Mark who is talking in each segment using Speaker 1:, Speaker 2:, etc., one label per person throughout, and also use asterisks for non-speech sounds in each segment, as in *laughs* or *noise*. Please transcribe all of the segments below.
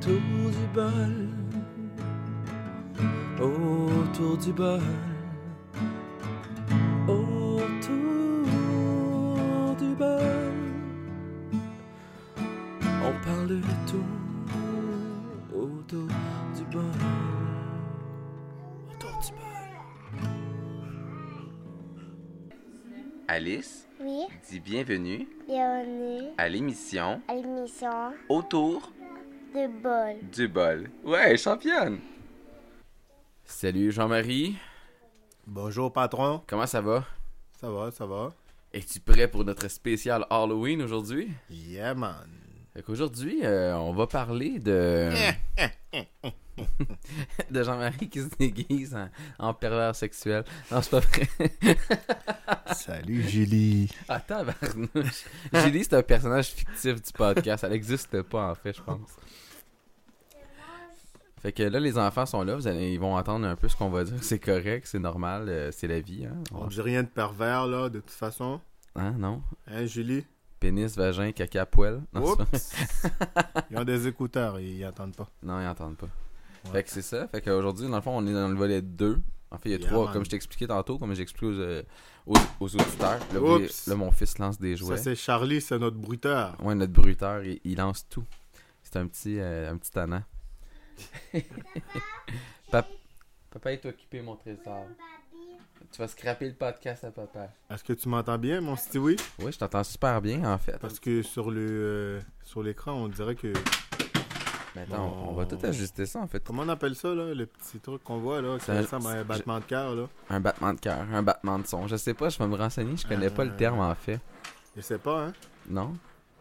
Speaker 1: autour du bol, autour du bol, autour du bol. On parle de tout autour du bol, autour du bol.
Speaker 2: Alice,
Speaker 3: Oui,
Speaker 2: dis bienvenue
Speaker 3: bienvenue
Speaker 2: à l'émission
Speaker 3: à l'émission
Speaker 2: Autour
Speaker 3: de bol.
Speaker 2: du bol. Ouais, championne! Salut Jean-Marie,
Speaker 4: Bonjour patron,
Speaker 2: comment ça va?
Speaker 4: ça va, ça va?
Speaker 2: Es-tu prêt pour notre spécial Halloween aujourd'hui?
Speaker 4: Yeah man.
Speaker 2: Fait qu'aujourd'hui, euh, on va parler de... *laughs* de Jean-Marie qui se déguise en, en pervers sexuel. Non, c'est pas vrai. *laughs*
Speaker 4: Salut Julie.
Speaker 2: Attends, *laughs* Barnouche. Julie, c'est un personnage fictif du podcast. Elle n'existe pas, en fait, je pense. Fait que là, les enfants sont là. Vous allez, ils vont entendre un peu ce qu'on va dire. C'est correct, c'est normal, euh, c'est la vie. Hein?
Speaker 4: On dit rien de pervers là, de toute façon.
Speaker 2: Hein, non?
Speaker 4: Hein Julie?
Speaker 2: Pénis, vagin, caca, poêle. Non, c'est pas- *laughs*
Speaker 4: Oups. *laughs* Ils ont des écouteurs, ils entendent pas.
Speaker 2: non, ils n'entendent pas.
Speaker 4: Ouais.
Speaker 2: Fait que c'est ça. Fait qu'aujourd'hui, dans le fond, on est dans le volet 2. En fait, il y a
Speaker 4: Yeah,
Speaker 2: trois,
Speaker 4: man.
Speaker 2: comme je t'expliquais tantôt, comme j'expliquais aux, euh, aux, aux auditeurs. Là, vous-
Speaker 4: Oups.
Speaker 2: là, mon fils lance des jouets.
Speaker 4: Ça c'est Charlie, c'est notre bruiteur.
Speaker 2: Ouais, notre bruteur, il, il lance tout. C'est un petit, euh, un petit
Speaker 4: *laughs*
Speaker 2: tannant. Pap- papa est occupé, mon trésor. Tu vas scraper le podcast à papa.
Speaker 4: Est-ce que tu m'entends bien mon Stewie?
Speaker 2: Oui, je t'entends super bien, en fait.
Speaker 4: Parce que sur le euh, sur l'écran, on dirait que
Speaker 2: Mais attends, on- on va tout
Speaker 4: Oh.
Speaker 2: ajuster ça, en fait.
Speaker 4: comment on appelle ça là, le petit truc qu'on voit là, qui
Speaker 2: Ça-
Speaker 4: ressemble à un battement de cœur là.
Speaker 2: Un battement de cœur, un battement de son. Je sais pas, je vais me renseigner, je connais pas le terme, en fait.
Speaker 4: Je sais pas hein,
Speaker 2: Non?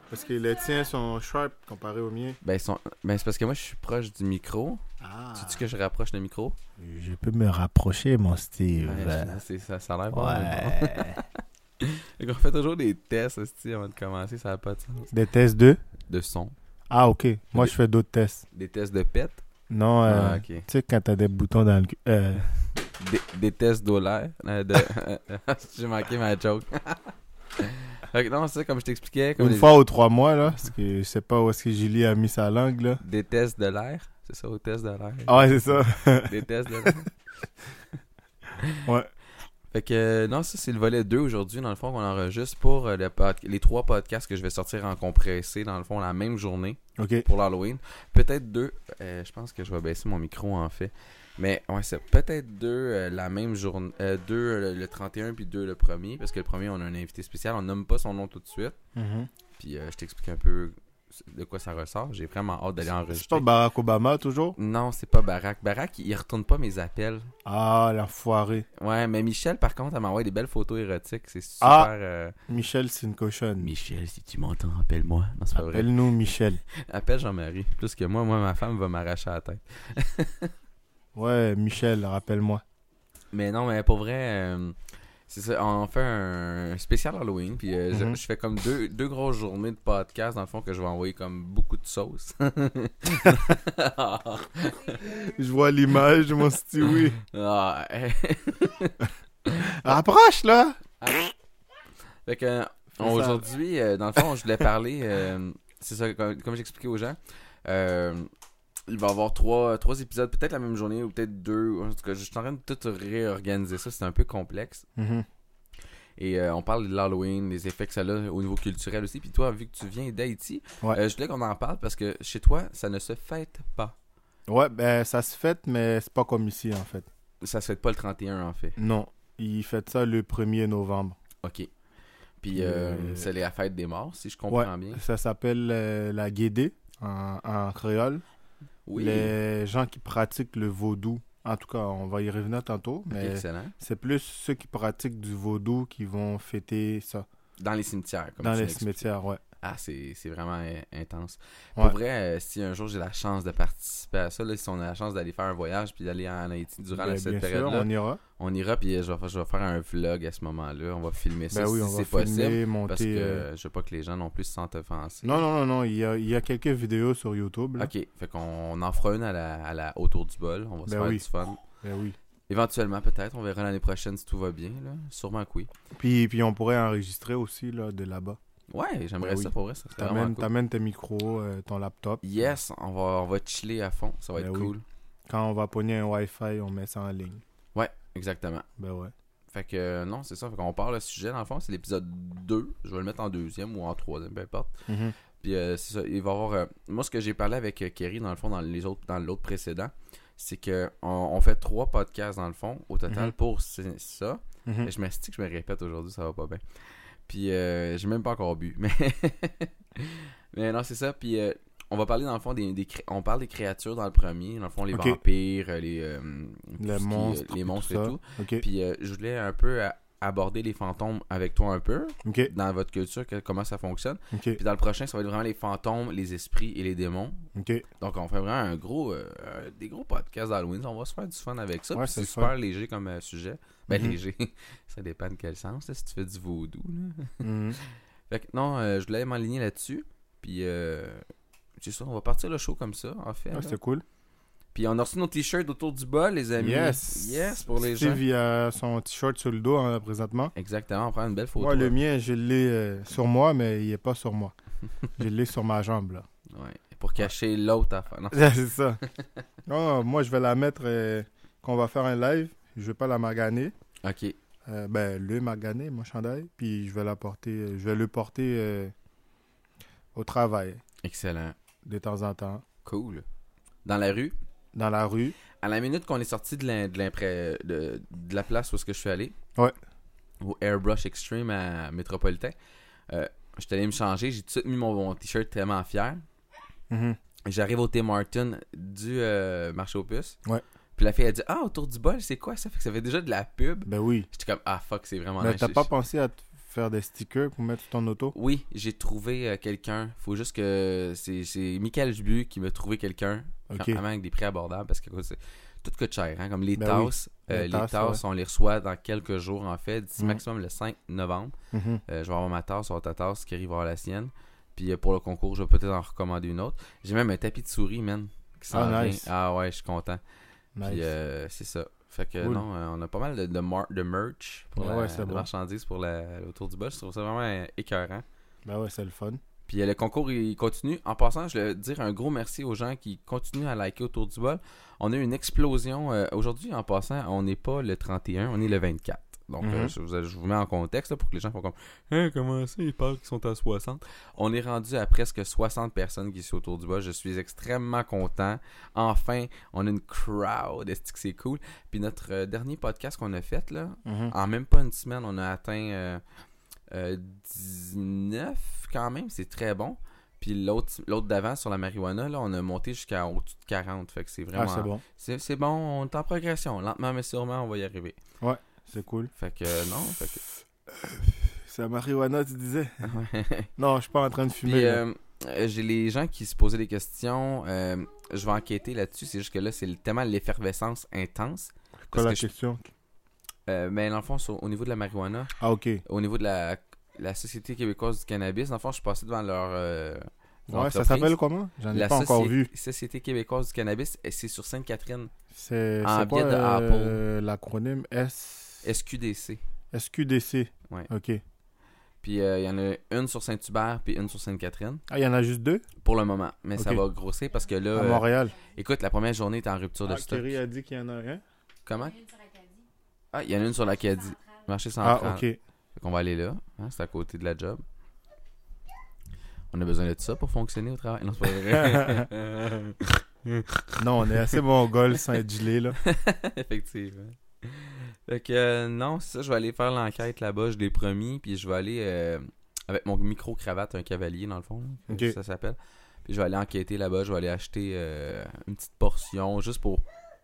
Speaker 4: parce que les tiens sont sharp comparés aux miens.
Speaker 2: Ben, ils sont- ben, c'est parce que moi, je suis proche du micro.
Speaker 4: Ah.
Speaker 2: Tu dis que je rapproche le micro?
Speaker 4: Je peux me rapprocher mon Steve.
Speaker 2: Ouais, je- c'est- ça, ça a
Speaker 4: Ah
Speaker 2: l'air pas mal bon. Fait qu'on fait toujours des tests, aussi avant de commencer, ça a pas de sens.
Speaker 4: *laughs* Des tests de
Speaker 2: De son.
Speaker 4: Ah, ok. Moi, je fais d'autres tests.
Speaker 2: Des tests de pète.
Speaker 4: Non, euh,
Speaker 2: Ah, ok.
Speaker 4: tu sais, quand t'as des boutons dans le cul. euh,
Speaker 2: des, des tests d'olaire. euh, de... *laughs* J'ai manqué ma joke. *laughs* Fait que non, c'est ça, comme je t'expliquais, comme
Speaker 4: une
Speaker 2: les-
Speaker 4: fois ou trois mois, là, parce que je sais pas où est-ce que Julie a mis sa langue, là.
Speaker 2: des tests de l'air. C'est ça, aux tests de l'air.
Speaker 4: Ah, ouais, c'est ça. *laughs*
Speaker 2: Des tests de l'air.
Speaker 4: Ouais.
Speaker 2: Fait que euh, non, ça c'est le volet 2 aujourd'hui, dans le fond, qu'on enregistre pour euh, le pod- les trois podcasts que je vais sortir en compressé, dans le fond, la même journée
Speaker 4: Ok.
Speaker 2: pour l'Halloween. Peut-être deux, euh, je pense que je vais baisser mon micro en fait. Mais ouais, c'est peut-être deux euh, la même journée, euh, deux euh, le 31 puis deux le premier, parce que le premier on a un invité spécial, on nomme pas son nom tout de suite.
Speaker 4: Mhm.
Speaker 2: Puis euh, je t'explique un peu de quoi ça ressort. J'ai vraiment hâte d'aller
Speaker 4: C'est
Speaker 2: enregistrer.
Speaker 4: pas Barack Obama, toujours
Speaker 2: non, c'est pas Barack. Barack, il retourne pas mes appels.
Speaker 4: Ah, l'enfoiré.
Speaker 2: Ouais, mais Michel, par contre, elle m'envoie des belles photos érotiques. C'est super.
Speaker 4: Ah.
Speaker 2: euh,
Speaker 4: Michel, c'est une cochonne.
Speaker 2: Michel, si tu m'entends, appelle-moi. Non, c'est pas vrai.
Speaker 4: Appelle-nous Michel.
Speaker 2: Appelle Jean-Marie. Plus que moi, moi, ma femme va m'arracher la tête.
Speaker 4: Ouais, Michel, rappelle-moi.
Speaker 2: Mais non, mais pour vrai, euh, c'est ça. On fait un spécial Halloween. Puis euh, je-
Speaker 4: Mhm.
Speaker 2: je, fais comme deux, deux grosses journées de podcast, dans le fond, que je vais envoyer comme beaucoup de sauce. *laughs*
Speaker 4: Je vois l'image, mon *laughs* Stewie.
Speaker 2: Ah,
Speaker 4: Rapproche, là
Speaker 2: Fait que on-
Speaker 4: ça.
Speaker 2: aujourd'hui, euh, dans le fond, je voulais parler. euh, c'est ça, comme, comme j'expliquais aux gens. euh, il va y avoir trois, trois épisodes, peut-être la même journée ou peut-être deux. En tout cas, je suis en train de tout réorganiser ça. C'est un peu complexe.
Speaker 4: Mhm.
Speaker 2: Et euh, on parle de l'Halloween, des effets que ça a au niveau culturel aussi. Puis toi, vu que tu viens d'Haïti,
Speaker 4: Ouais.
Speaker 2: euh, je voulais qu'on en parle parce que chez toi, ça ne se fête pas.
Speaker 4: Ouais, ben, ça se fête, mais c'est pas comme ici, en fait.
Speaker 2: Ça se fête pas le 31, en fait.
Speaker 4: Non, ils fêtent ça le 1er novembre.
Speaker 2: OK. Puis euh,
Speaker 4: Euh,
Speaker 2: c'est la fête des morts, si je comprends bien.
Speaker 4: Ça s'appelle euh, la guédée en, en créole.
Speaker 2: Oui.
Speaker 4: Les gens qui pratiquent le vaudou, en tout cas, on va y revenir tantôt, mais
Speaker 2: Excellent.
Speaker 4: c'est plus ceux qui pratiquent du vaudou qui vont fêter ça
Speaker 2: Dans les cimetières, comme
Speaker 4: dans
Speaker 2: tu
Speaker 4: les
Speaker 2: l'expliques.
Speaker 4: cimetières, ouais.
Speaker 2: Ah, c'est c'est vraiment euh, intense.
Speaker 4: Ouais.
Speaker 2: Pour vrai, euh, si un jour j'ai la chance de participer à ça, là, si on a la chance d'aller faire un voyage puis d'aller en Haïti durant
Speaker 4: Ben,
Speaker 2: cette
Speaker 4: bien sûr,
Speaker 2: période-là,
Speaker 4: on ira.
Speaker 2: on... ira puis euh, je vais, faire- je vais faire un vlog à ce moment-là. On va filmer ça
Speaker 4: Ben oui, on
Speaker 2: si
Speaker 4: va
Speaker 2: c'est
Speaker 4: filmer,
Speaker 2: possible.
Speaker 4: monter.
Speaker 2: Parce que
Speaker 4: euh,
Speaker 2: euh, je veux pas que les gens non plus se sentent offensés.
Speaker 4: Non, non, non, non, il y a, il y a quelques vidéos sur YouTube. là.
Speaker 2: Ok, fait qu'on en fera une à la, à la autour du bol. On va se
Speaker 4: Ben
Speaker 2: faire
Speaker 4: oui.
Speaker 2: du fun.
Speaker 4: Ben oui.
Speaker 2: Éventuellement, peut-être. On verra l'année prochaine si tout va bien. Là. Sûrement que oui.
Speaker 4: Puis, puis on pourrait enregistrer aussi là, de là-bas.
Speaker 2: Ouais, j'aimerais
Speaker 4: Ben oui.
Speaker 2: ça pour vrai. Ça serait vraiment
Speaker 4: T'amènes
Speaker 2: cool.
Speaker 4: t'amènes tes micros, euh, ton laptop.
Speaker 2: Yes, on va, on va chiller à fond. Ça va
Speaker 4: Ben
Speaker 2: être
Speaker 4: oui.
Speaker 2: cool.
Speaker 4: Quand on va pogner un Wi-Fi, on met ça en ligne.
Speaker 2: Ouais, exactement.
Speaker 4: Ben ouais.
Speaker 2: Fait que euh, non, c'est ça. Fait qu'on part le sujet dans le fond. C'est l'épisode 2. Je vais le mettre en deuxième ou en troisième, peu importe.
Speaker 4: Mhm.
Speaker 2: Puis euh, c'est ça, il va y avoir. euh, moi, ce que j'ai parlé avec euh, Kerry, dans le fond, dans les autres, dans l'autre précédent, c'est que on, on fait trois podcasts dans le fond au total
Speaker 4: Mhm.
Speaker 2: pour c- ça.
Speaker 4: Mhm.
Speaker 2: Je m'astique, je me répète aujourd'hui, ça va pas bien. Puis euh, j'ai même pas encore bu, *laughs* mais mais non, c'est ça. Puis euh, on va parler dans le fond des, des cré- on parle des créatures dans le premier, dans le fond les
Speaker 4: Ok.
Speaker 2: vampires, euh, les euh, tout
Speaker 4: Les
Speaker 2: ce qui, euh,
Speaker 4: monstres
Speaker 2: les
Speaker 4: et
Speaker 2: monstres
Speaker 4: tout
Speaker 2: et
Speaker 4: ça.
Speaker 2: tout.
Speaker 4: Ok.
Speaker 2: Puis euh, je voulais un peu euh, aborder les fantômes avec toi un peu
Speaker 4: Ok.
Speaker 2: dans votre culture, que- comment ça fonctionne.
Speaker 4: Ok.
Speaker 2: Puis dans le prochain, ça va être vraiment les fantômes, les esprits et les démons.
Speaker 4: Ok.
Speaker 2: Donc on fait vraiment un gros, euh, euh, des gros podcasts d'Halloween. On va se faire du fun avec ça.
Speaker 4: Ouais,
Speaker 2: Puis c'est
Speaker 4: c'est le
Speaker 2: super
Speaker 4: fun.
Speaker 2: léger comme euh, sujet. Ben
Speaker 4: Mhm.
Speaker 2: léger, *laughs* ça dépend de quel sens. là, si tu fais du vaudou. là. *laughs*
Speaker 4: Mhm.
Speaker 2: Fait que non, euh, je voulais m'aligner là-dessus. Puis euh, c'est ça, on va partir le show comme ça, en fait.
Speaker 4: Ah,
Speaker 2: là.
Speaker 4: C'était cool.
Speaker 2: Puis on a reçu nos t-shirts autour du bol, les amis.
Speaker 4: Yes.
Speaker 2: Yes, pour les
Speaker 4: Steve,
Speaker 2: gens.
Speaker 4: il a son t-shirt sur le dos hein, présentement.
Speaker 2: Exactement, on prend une belle photo.
Speaker 4: Moi, le
Speaker 2: là.
Speaker 4: mien, je l'ai euh, sur moi, mais il est pas
Speaker 2: *laughs*
Speaker 4: sur moi. je l'ai sur ma jambe, là. *laughs*
Speaker 2: Ouais, pour cacher l'autre affaire. Non.
Speaker 4: C'est ça. Non, moi, je vais la mettre euh, quand on va faire un live. Je vais pas la maganer.
Speaker 2: Ok,
Speaker 4: Euh, ben, le maganer, mon chandail. Puis je vais la porter, euh, je vais le porter euh, au travail
Speaker 2: excellent.
Speaker 4: de temps en temps,
Speaker 2: Cool. Dans la rue,
Speaker 4: dans la rue.
Speaker 2: à la minute qu'on est sorti de, l'im- de, l'impré- de, de la place où est-ce que je suis allé,
Speaker 4: Ouais.
Speaker 2: au Airbrush Extreme à Métropolitain, euh, je allé me changer, j'ai tout de suite mis mon, mon t-shirt tellement fier.
Speaker 4: Mhm.
Speaker 2: J'arrive au Tim Martin du euh, marché aux puces.
Speaker 4: Ouais.
Speaker 2: Puis la fille a dit Ah, autour du bol, c'est quoi ça Fait que ça fait déjà de la pub.
Speaker 4: Ben oui.
Speaker 2: J'étais comme Ah, fuck, c'est vraiment
Speaker 4: Mais
Speaker 2: nice.
Speaker 4: t'as
Speaker 2: Je-
Speaker 4: pas
Speaker 2: je-
Speaker 4: pensé à te faire des stickers pour mettre sur ton auto?
Speaker 2: Oui, j'ai trouvé euh, quelqu'un. Faut juste que. C'est c'est Michael Jubu qui m'a trouvé quelqu'un.
Speaker 4: Ok.
Speaker 2: Vraiment avec des prix abordables parce que écoute, c'est- tout coûte cher. hein, Comme les
Speaker 4: Ben oui.
Speaker 2: tasses, euh,
Speaker 4: Les
Speaker 2: les tasses,
Speaker 4: tasses,
Speaker 2: on les reçoit dans quelques jours en fait. D'ici
Speaker 4: Mhm.
Speaker 2: maximum le 5 novembre.
Speaker 4: Mhm.
Speaker 2: Euh, je vais avoir ma tasse, sur ta tasse, qui arrive à la sienne. Puis euh, pour le concours, je vais peut-être en recommander une autre. J'ai même un tapis de souris, man. qui s'en
Speaker 4: Ah,
Speaker 2: vient.
Speaker 4: nice.
Speaker 2: Ah ouais, je suis content.
Speaker 4: Nice.
Speaker 2: Puis euh, c'est ça. Fait que
Speaker 4: Cool. Ah,
Speaker 2: non, euh, on a pas mal de, de, mar- de merch pour
Speaker 4: Ouais,
Speaker 2: la,
Speaker 4: ouais, c'est
Speaker 2: de
Speaker 4: bon.
Speaker 2: marchandises pour la, autour du bol. Je trouve ça vraiment euh, écœurant.
Speaker 4: Ben ouais, c'est le fun.
Speaker 2: Puis euh, le concours, il continue. En passant, je veux dire un gros merci aux gens qui continuent à liker autour du bol. On a eu une explosion. euh, Aujourd'hui, en passant, on n'est pas le 31, on est le 24. Donc,
Speaker 4: Mhm.
Speaker 2: euh, je, vous, je vous mets en contexte là, pour que les gens font comme Hein, comment ça, ils parlent qu'ils sont à 60 On est rendu à presque 60 personnes qui sont autour du bol. Je suis extrêmement content. Enfin, on a une crowd. Est-ce que c'est cool? Puis notre euh, dernier podcast qu'on a fait, là,
Speaker 4: Mhm.
Speaker 2: en même pas une semaine, on a atteint euh, euh, 19 quand même, c'est très bon. Puis l'autre l'autre d'avant sur la marijuana, là, on a monté jusqu'à au-dessus de 40. Fait que c'est
Speaker 4: Ah,
Speaker 2: vraiment. hein.
Speaker 4: c'est bon.
Speaker 2: c'est, c'est bon, on est en progression. Lentement mais sûrement, on va y arriver.
Speaker 4: C'est cool.
Speaker 2: Fait que euh, non. Fait que...
Speaker 4: *laughs*
Speaker 2: Ah,
Speaker 4: C'est la marijuana, tu disais?
Speaker 2: Ouais.
Speaker 4: *laughs* Non, je suis pas en train de
Speaker 2: Puis
Speaker 4: fumer. là.
Speaker 2: euh, euh, j'ai les gens qui se posaient des questions. euh, je vais enquêter là-dessus. C'est juste que là, c'est tellement l'effervescence intense.
Speaker 4: Quoi
Speaker 2: parce
Speaker 4: la
Speaker 2: que je-
Speaker 4: question?
Speaker 2: Euh, mais dans le fond, sur- au niveau de la marijuana,
Speaker 4: Ah, ok.
Speaker 2: au niveau de la, la Société québécoise du cannabis, dans le fond, je suis passé devant leur. euh, leur
Speaker 4: Ouais, ça
Speaker 2: entreprise.
Speaker 4: s'appelle comment? J'en ai
Speaker 2: La
Speaker 4: pas encore
Speaker 2: Socié-
Speaker 4: vu.
Speaker 2: Société québécoise du cannabis, et c'est sur Sainte-Catherine,
Speaker 4: C'est
Speaker 2: En
Speaker 4: c'est quoi
Speaker 2: biais Ah, de
Speaker 4: euh, l'acronyme S...
Speaker 2: SQDC.
Speaker 4: SQDC?
Speaker 2: Ouais.
Speaker 4: Ok.
Speaker 2: Puis euh, il y en a une sur Saint-Hubert, puis une sur Sainte-Catherine,
Speaker 4: Ah, il y en a juste deux?
Speaker 2: pour le moment. Mais ça
Speaker 4: Ok.
Speaker 2: va grossir parce que là,
Speaker 4: À
Speaker 2: euh,
Speaker 4: Montréal.
Speaker 2: écoute, la première journée est en rupture de
Speaker 4: Ah,
Speaker 2: stock.
Speaker 4: Kerry a dit qu'il y en a rien.
Speaker 2: Comment Ah, il y en a une sur l'Acadie, marché central.
Speaker 4: Ah, ok.
Speaker 2: Fait qu'on va aller là, hein, c'est à côté de la job. On a besoin de ça pour fonctionner au travail. Non, c'est pas
Speaker 4: *laughs*
Speaker 2: vrai. *laughs*
Speaker 4: Non, on est assez mongol sans être
Speaker 2: *laughs*
Speaker 4: gelé, là.
Speaker 2: Effectivement. Fait que euh, non, c'est ça, je vais aller faire l'enquête là-bas, je l'ai promis, puis je vais aller euh, avec mon micro-cravate, un cavalier dans le fond, là, que
Speaker 4: Ok.
Speaker 2: ça s'appelle. Puis je vais aller enquêter là-bas, je vais aller acheter euh, une petite portion, juste pour,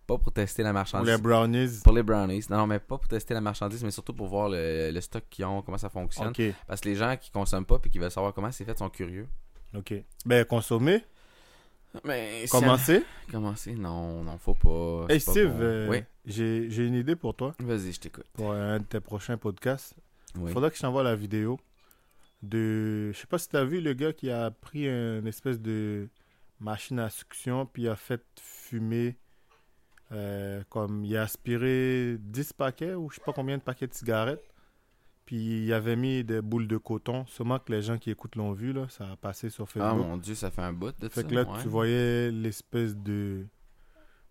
Speaker 2: pas pour tester la
Speaker 4: Pour
Speaker 2: marchandise.
Speaker 4: les brownies.
Speaker 2: Pour les brownies. Non, non, mais pas pour tester la marchandise, mais surtout pour voir le, le stock qu'ils ont, comment ça fonctionne.
Speaker 4: Ok,
Speaker 2: Parce que les gens qui consomment pas puis qui veulent savoir comment c'est fait sont curieux.
Speaker 4: ok. Ben, consommer,
Speaker 2: Mais si-
Speaker 4: commencer.
Speaker 2: Commencer? Non, non, faut pas.
Speaker 4: Hey,
Speaker 2: c'est pas
Speaker 4: Steve,
Speaker 2: bon.
Speaker 4: euh,
Speaker 2: Oui,
Speaker 4: j'ai j'ai une idée pour toi,
Speaker 2: vas-y, je t'écoute.
Speaker 4: pour un de tes prochains podcasts.
Speaker 2: Oui.
Speaker 4: Faudrait que je t'envoie la vidéo de... Je sais pas si t'as vu le gars qui a pris une espèce de machine à succion, puis il a fait fumer... euh, comme il a aspiré 10 paquets ou je sais pas combien de paquets de cigarettes, Puis il avait mis des boules de coton. Sûrement que les gens qui écoutent l'ont vu, là, ça a passé sur
Speaker 2: Ah
Speaker 4: Facebook.
Speaker 2: mon dieu, ça fait un bout de
Speaker 4: fait
Speaker 2: ça.
Speaker 4: que là,
Speaker 2: ouais.
Speaker 4: tu voyais l'espèce de.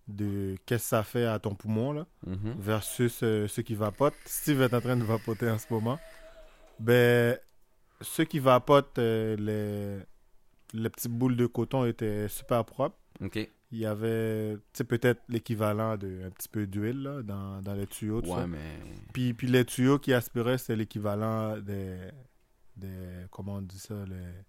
Speaker 4: de qu'est-ce que ça fait à ton poumon, là,
Speaker 2: Mhm.
Speaker 4: versus euh, ceux qui vapotent. Steve est en train de vapoter en ce moment. Ben, ceux qui vapotent, euh, les, les petites boules de coton étaient super propres.
Speaker 2: Ok.
Speaker 4: Il y avait, tu sais, peut-être l'équivalent d'un petit peu d'huile, là, dans, dans les tuyaux, tout ça.
Speaker 2: Ouais, mais.
Speaker 4: Puis, puis les tuyaux qui aspiraient, c'est l'équivalent des, des. Comment on dit ça les-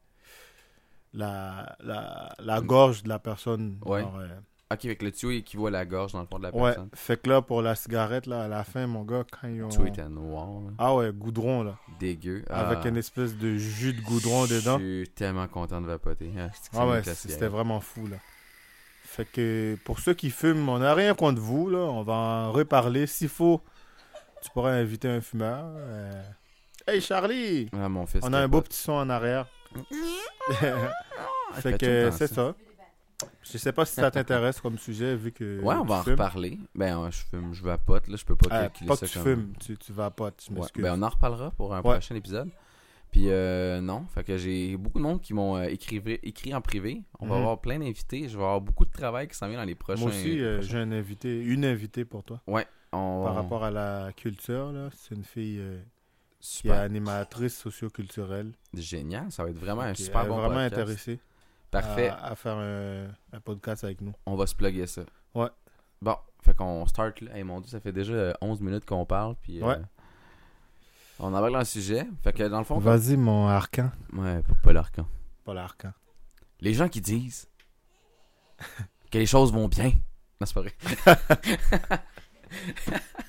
Speaker 4: la, la, la gorge de la personne.
Speaker 2: Ouais.
Speaker 4: genre, euh,
Speaker 2: Ok, avec le tuyau équivaut à la gorge dans le fond de la
Speaker 4: ouais.
Speaker 2: personne.
Speaker 4: Fait que là, pour la cigarette, là, à la fin, mon gars, quand ils ont.
Speaker 2: Le tuyau était noir, là.
Speaker 4: Ah ouais, goudron, là.
Speaker 2: dégueu.
Speaker 4: Avec
Speaker 2: Ah.
Speaker 4: une espèce de jus de goudron dedans.
Speaker 2: Je suis tellement content de vapoter. Ah, c'est que ça
Speaker 4: Ah ouais,
Speaker 2: m'éclate la
Speaker 4: c'était
Speaker 2: cigarette.
Speaker 4: vraiment fou, là. Fait que pour ceux qui fument, on n'a rien contre vous, là. On va en reparler. S'il faut, tu pourras inviter un fumeur. euh. Hey, Charlie!
Speaker 2: Ah, mon fils.
Speaker 4: On a un
Speaker 2: capote.
Speaker 4: beau petit son
Speaker 2: *laughs*
Speaker 4: en arrière.
Speaker 2: Ah, je fais
Speaker 4: fait
Speaker 2: tout le
Speaker 4: que
Speaker 2: temps
Speaker 4: c'est ça. Je sais pas si ça t'intéresse comme sujet vu que.
Speaker 2: Ouais, on va en
Speaker 4: tu fumes.
Speaker 2: reparler. Ben, ouais, je fume, je vapote, là, je peux pas
Speaker 4: Ah,
Speaker 2: calculer
Speaker 4: pas que
Speaker 2: ça
Speaker 4: tu
Speaker 2: comme.
Speaker 4: fumes, tu, tu vas pas, tu
Speaker 2: Ouais,
Speaker 4: m'excuses.
Speaker 2: Ben, on en reparlera pour un
Speaker 4: Ouais.
Speaker 2: prochain épisode. Puis euh, non, fait que j'ai beaucoup de monde qui m'ont euh, écrit, écrit en privé. On va
Speaker 4: Mhm.
Speaker 2: avoir plein d'invités. Je vais avoir beaucoup de travail qui s'en vient dans les prochains.
Speaker 4: Moi aussi, euh,
Speaker 2: prochains-
Speaker 4: j'ai un invité, une invitée pour toi.
Speaker 2: on...
Speaker 4: Par rapport à la culture, là, c'est une fille euh, qui est
Speaker 2: Super.
Speaker 4: animatrice socioculturelle.
Speaker 2: Génial, ça va être vraiment un
Speaker 4: qui
Speaker 2: super
Speaker 4: est
Speaker 2: bon
Speaker 4: vraiment Ah.
Speaker 2: podcast.
Speaker 4: intéressée
Speaker 2: Parfait,
Speaker 4: à, à faire un, un podcast avec nous.
Speaker 2: on va se plugger ça.
Speaker 4: Ouais.
Speaker 2: Bon, fait qu'on start là. Hey, mon dieu, ça fait déjà euh, 11 minutes qu'on parle. Puis, euh,
Speaker 4: Ouais.
Speaker 2: On embarque dans le sujet. Fait que dans le fond,
Speaker 4: Vas-y, mon arcan.
Speaker 2: ouais, pour Paul Arcan.
Speaker 4: Pas l'arcan.
Speaker 2: Les gens qui disent que les choses vont bien. Non, c'est pas vrai. *laughs*